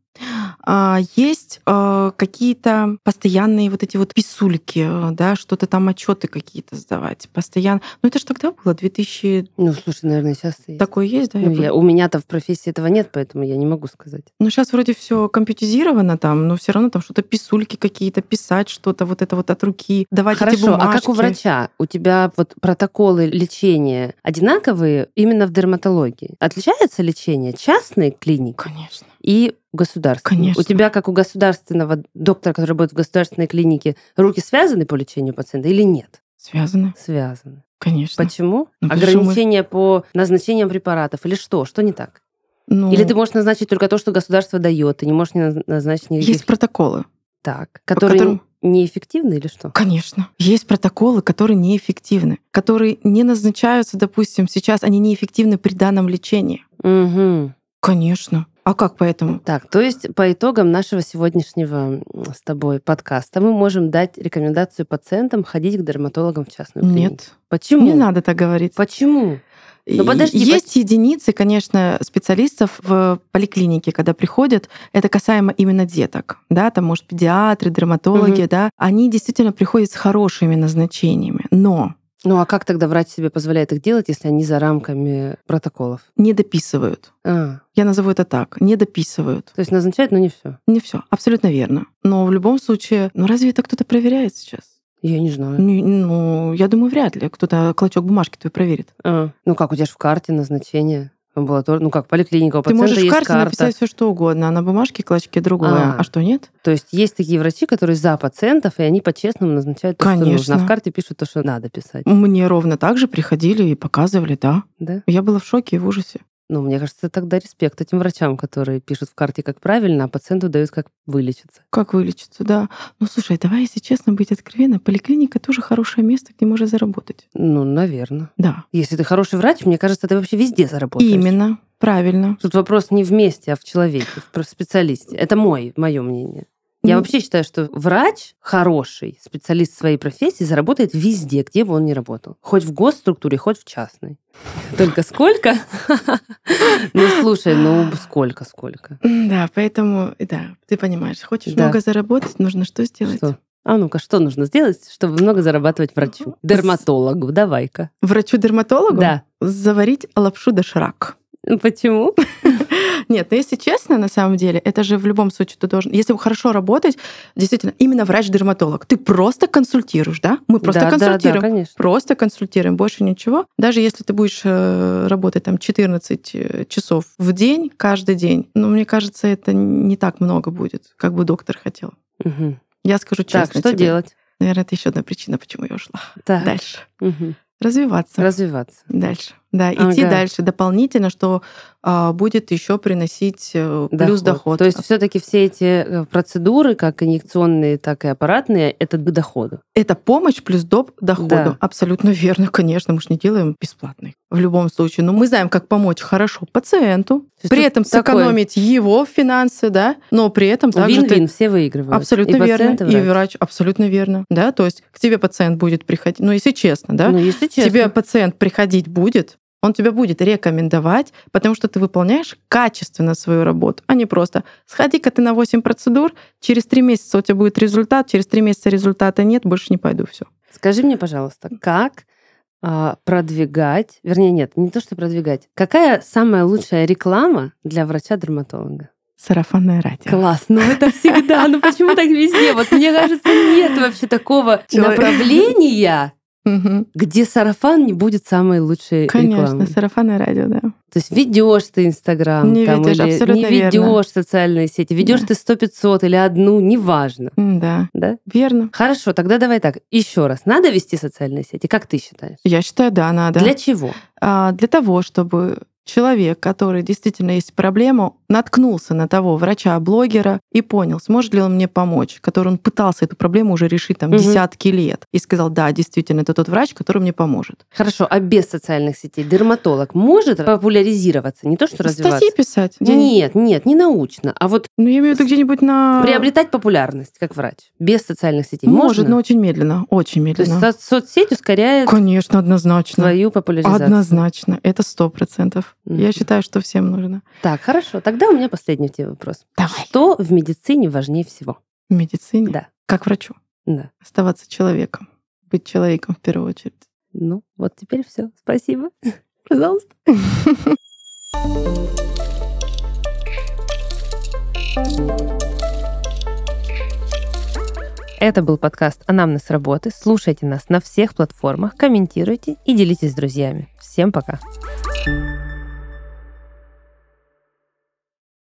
[SPEAKER 2] А, Есть э, какие-то постоянные вот эти вот писульки, э, да, что-то там отчеты какие-то сдавать постоянно. Ну это же тогда было 2000.
[SPEAKER 1] Ну, слушай, наверное, сейчас и есть.
[SPEAKER 2] Такое есть, да?
[SPEAKER 1] Ну,
[SPEAKER 2] я
[SPEAKER 1] я-
[SPEAKER 2] бы-
[SPEAKER 1] у меня-то в профессии этого нет, поэтому я не могу сказать.
[SPEAKER 2] Ну сейчас вроде все компьютеризировано там, но все равно там что-то писульки какие то писать что-то вот это вот от руки, давать эти
[SPEAKER 1] Хорошо, а как у
[SPEAKER 2] бумажки.
[SPEAKER 1] врача? У тебя вот протоколы лечения одинаковые именно в дерматологии? Отличается лечение частной клиники
[SPEAKER 2] Конечно.
[SPEAKER 1] и государства.
[SPEAKER 2] Конечно.
[SPEAKER 1] У тебя, как у государственного доктора, который будет в государственной клинике, руки связаны по лечению пациента или нет?
[SPEAKER 2] Связаны,
[SPEAKER 1] Связаны.
[SPEAKER 2] конечно.
[SPEAKER 1] Почему?
[SPEAKER 2] Ну, потому что мы-
[SPEAKER 1] Ограничения по назначениям препаратов или что? Что не так?
[SPEAKER 2] Ну,
[SPEAKER 1] Или ты можешь назначить только то, что государство дает, ты не можешь не наз- назначить никаких
[SPEAKER 2] Есть протоколы.
[SPEAKER 1] так,
[SPEAKER 2] по
[SPEAKER 1] которые
[SPEAKER 2] которым-
[SPEAKER 1] неэффективны или что?
[SPEAKER 2] Конечно. Есть протоколы, которые неэффективны, которые не назначаются, допустим, сейчас они неэффективны при данном лечении.
[SPEAKER 1] Мгм.
[SPEAKER 2] Конечно. А как поэтому?
[SPEAKER 1] Так, то есть по итогам нашего сегодняшнего м, с тобой подкаста мы можем дать рекомендацию пациентам ходить к дерматологам в частную клинику?
[SPEAKER 2] Нет.
[SPEAKER 1] Почему?
[SPEAKER 2] Не надо так говорить.
[SPEAKER 1] Почему? Ну,
[SPEAKER 2] И
[SPEAKER 1] подожди,
[SPEAKER 2] есть единицы, конечно, специалистов в поликлинике, когда приходят, это касаемо именно деток, да, там, может, педиатры, дерматологи,
[SPEAKER 1] Мгм.
[SPEAKER 2] да, они действительно приходят с хорошими назначениями, но
[SPEAKER 1] Ну а как тогда врач себе позволяет их делать, если они за рамками протоколов?
[SPEAKER 2] не дописывают.
[SPEAKER 1] А,
[SPEAKER 2] Я назову это так, не дописывают.
[SPEAKER 1] то есть назначают, но не все.
[SPEAKER 2] Не все, абсолютно верно. Но в любом случае, ну разве это кто-то проверяет сейчас?
[SPEAKER 1] Я не знаю.
[SPEAKER 2] Не- Ну, я думаю, вряд ли кто-то клочок бумажки твой проверит.
[SPEAKER 1] А, Ну как, у тебя же в карте назначение амбулаторно, ну как, поликлиника, у
[SPEAKER 2] Ты
[SPEAKER 1] пациента
[SPEAKER 2] можешь в
[SPEAKER 1] есть
[SPEAKER 2] карте
[SPEAKER 1] карта.
[SPEAKER 2] написать все что угодно, а на бумажке клочке другое.
[SPEAKER 1] А.
[SPEAKER 2] А что нет?
[SPEAKER 1] То есть есть такие врачи, которые за пациентов, и они по-честному назначают то, что нужно.
[SPEAKER 2] Конечно.
[SPEAKER 1] А в карте пишут то, что надо писать.
[SPEAKER 2] Мне ровно так же приходили и показывали, да.
[SPEAKER 1] Да?
[SPEAKER 2] Я была в шоке и в ужасе.
[SPEAKER 1] Ну, мне кажется, тогда респект этим врачам, которые пишут в карте, как правильно, а пациенту дают, как вылечиться.
[SPEAKER 2] Как вылечиться, да. Ну, слушай, давай, если честно, быть откровенно, поликлиника тоже хорошее место, где можно заработать.
[SPEAKER 1] Ну, наверное.
[SPEAKER 2] Да.
[SPEAKER 1] Если ты хороший врач, мне кажется, ты вообще везде заработаешь.
[SPEAKER 2] Именно. Правильно.
[SPEAKER 1] Тут вопрос не вместе, а в человеке, в специалисте. Это мой, мое мнение. Я
[SPEAKER 2] Ну,
[SPEAKER 1] вообще считаю, что врач хороший, специалист своей профессии, заработает везде, где бы он ни работал. Хоть в госструктуре, хоть в частной. Только сколько? Ну, слушай, ну сколько, сколько?
[SPEAKER 2] м, Да, поэтому, да, ты понимаешь, хочешь
[SPEAKER 1] Да.
[SPEAKER 2] много заработать, нужно что сделать?
[SPEAKER 1] Что? А ну-ка, что нужно сделать, чтобы много зарабатывать врачу? Дерматологу, давай-ка.
[SPEAKER 2] Врачу-дерматологу
[SPEAKER 1] Да.
[SPEAKER 2] заварить лапшу доширак.
[SPEAKER 1] Ну, Почему?
[SPEAKER 2] Нет, ну если честно, на самом деле, это же в любом случае ты должен... Если хорошо работать, действительно, именно врач-дерматолог, ты просто консультируешь, да? Мы просто
[SPEAKER 1] Да, да, да,
[SPEAKER 2] консультируем.
[SPEAKER 1] конечно.
[SPEAKER 2] Просто консультируем, больше ничего. Даже если ты будешь э, работать там 14 э, часов в день, каждый день, ну, мне кажется, это не так много будет, как бы доктор хотел.
[SPEAKER 1] Мгм.
[SPEAKER 2] Я скажу честно
[SPEAKER 1] Так, что
[SPEAKER 2] тебе.
[SPEAKER 1] делать?
[SPEAKER 2] Наверное, это еще одна причина, почему я ушла.
[SPEAKER 1] Так,
[SPEAKER 2] Дальше.
[SPEAKER 1] мгм.
[SPEAKER 2] Развиваться.
[SPEAKER 1] развиваться.
[SPEAKER 2] Дальше. Да, идти
[SPEAKER 1] Ага.
[SPEAKER 2] дальше дополнительно, что а, будет еще приносить э, плюс доход.
[SPEAKER 1] То есть все-таки все эти э, процедуры, как инъекционные, так и аппаратные, это к доходу.
[SPEAKER 2] Это помощь плюс доп доходу.
[SPEAKER 1] Да.
[SPEAKER 2] Абсолютно верно, конечно, мы же не делаем бесплатный. В любом случае, но мы знаем, как помочь хорошо пациенту,
[SPEAKER 1] есть
[SPEAKER 2] при
[SPEAKER 1] тут
[SPEAKER 2] этом
[SPEAKER 1] такое-
[SPEAKER 2] сэкономить его финансы, да, но при этом также ты-
[SPEAKER 1] Вин-вин, все выигрывают.
[SPEAKER 2] Абсолютно
[SPEAKER 1] и
[SPEAKER 2] верно.
[SPEAKER 1] пациент, и
[SPEAKER 2] И
[SPEAKER 1] врач.
[SPEAKER 2] врач, абсолютно верно. Да, то есть к тебе пациент будет приходить. Ну, если честно, да,
[SPEAKER 1] Ну, если
[SPEAKER 2] к
[SPEAKER 1] честно.
[SPEAKER 2] тебе пациент приходить будет, он тебя будет рекомендовать, потому что ты выполняешь качественно свою работу, а не просто сходи-ка ты на 8 процедур, через 3 месяца у тебя будет результат, через 3 месяца результата нет, больше не пойду, все.
[SPEAKER 1] Скажи мне, пожалуйста, как а, продвигать, вернее, нет, не то, что продвигать. Какая самая лучшая реклама для врача-дерматолога?
[SPEAKER 2] Сарафанное радио.
[SPEAKER 1] Класс, ну это всегда, ну почему так везде? Вот мне кажется, нет вообще такого
[SPEAKER 2] Человек-
[SPEAKER 1] направления,
[SPEAKER 2] Мгм.
[SPEAKER 1] где сарафан не будет самой
[SPEAKER 2] Э,
[SPEAKER 1] лучшей
[SPEAKER 2] Конечно,
[SPEAKER 1] рекламой.
[SPEAKER 2] сарафанное радио, да.
[SPEAKER 1] То есть ведешь ты Инстаграм,
[SPEAKER 2] Не
[SPEAKER 1] там,
[SPEAKER 2] ведёшь,
[SPEAKER 1] или не
[SPEAKER 2] абсолютно верно.
[SPEAKER 1] ведешь социальные сети, ведешь
[SPEAKER 2] Да.
[SPEAKER 1] ты 100 500 или одну, неважно,
[SPEAKER 2] М, Да,
[SPEAKER 1] да?
[SPEAKER 2] верно.
[SPEAKER 1] Хорошо, тогда давай так, еще раз, надо вести социальные сети, как ты считаешь?
[SPEAKER 2] Я считаю, да, надо.
[SPEAKER 1] Для чего?
[SPEAKER 2] А, для того, чтобы человек, который действительно есть проблему, наткнулся на того врача-блогера и понял, сможет ли он мне помочь, который он пытался эту проблему уже решить там
[SPEAKER 1] Мгм.
[SPEAKER 2] десятки лет, и сказал, да, действительно, это тот врач, который мне поможет.
[SPEAKER 1] Хорошо, а без социальных сетей дерматолог может популяризироваться, не то что развиваться?
[SPEAKER 2] Статьи писать. где-нибудь.
[SPEAKER 1] Нет, нет, не научно, а вот
[SPEAKER 2] Ну, я имею в виду где-нибудь на...
[SPEAKER 1] приобретать популярность как врач без социальных сетей
[SPEAKER 2] Может,
[SPEAKER 1] можно?
[SPEAKER 2] но очень медленно, очень
[SPEAKER 1] То есть
[SPEAKER 2] медленно.
[SPEAKER 1] со- соцсеть ускоряет
[SPEAKER 2] Конечно, однозначно.
[SPEAKER 1] твою популяризацию.
[SPEAKER 2] Однозначно, это сто процентов.
[SPEAKER 1] Мгм.
[SPEAKER 2] Я считаю, что всем нужно.
[SPEAKER 1] Так, хорошо, тогда у меня последний тебе вопрос.
[SPEAKER 2] Давай.
[SPEAKER 1] Что в медицине важнее всего?
[SPEAKER 2] В медицине,
[SPEAKER 1] Да.
[SPEAKER 2] как врачу,
[SPEAKER 1] Да.
[SPEAKER 2] оставаться человеком, быть человеком в первую очередь.
[SPEAKER 1] Ну, вот теперь все. Спасибо. Пожалуйста. Это был подкаст «Анамнез работы». Слушайте нас на всех платформах, комментируйте и делитесь с друзьями. Всем пока.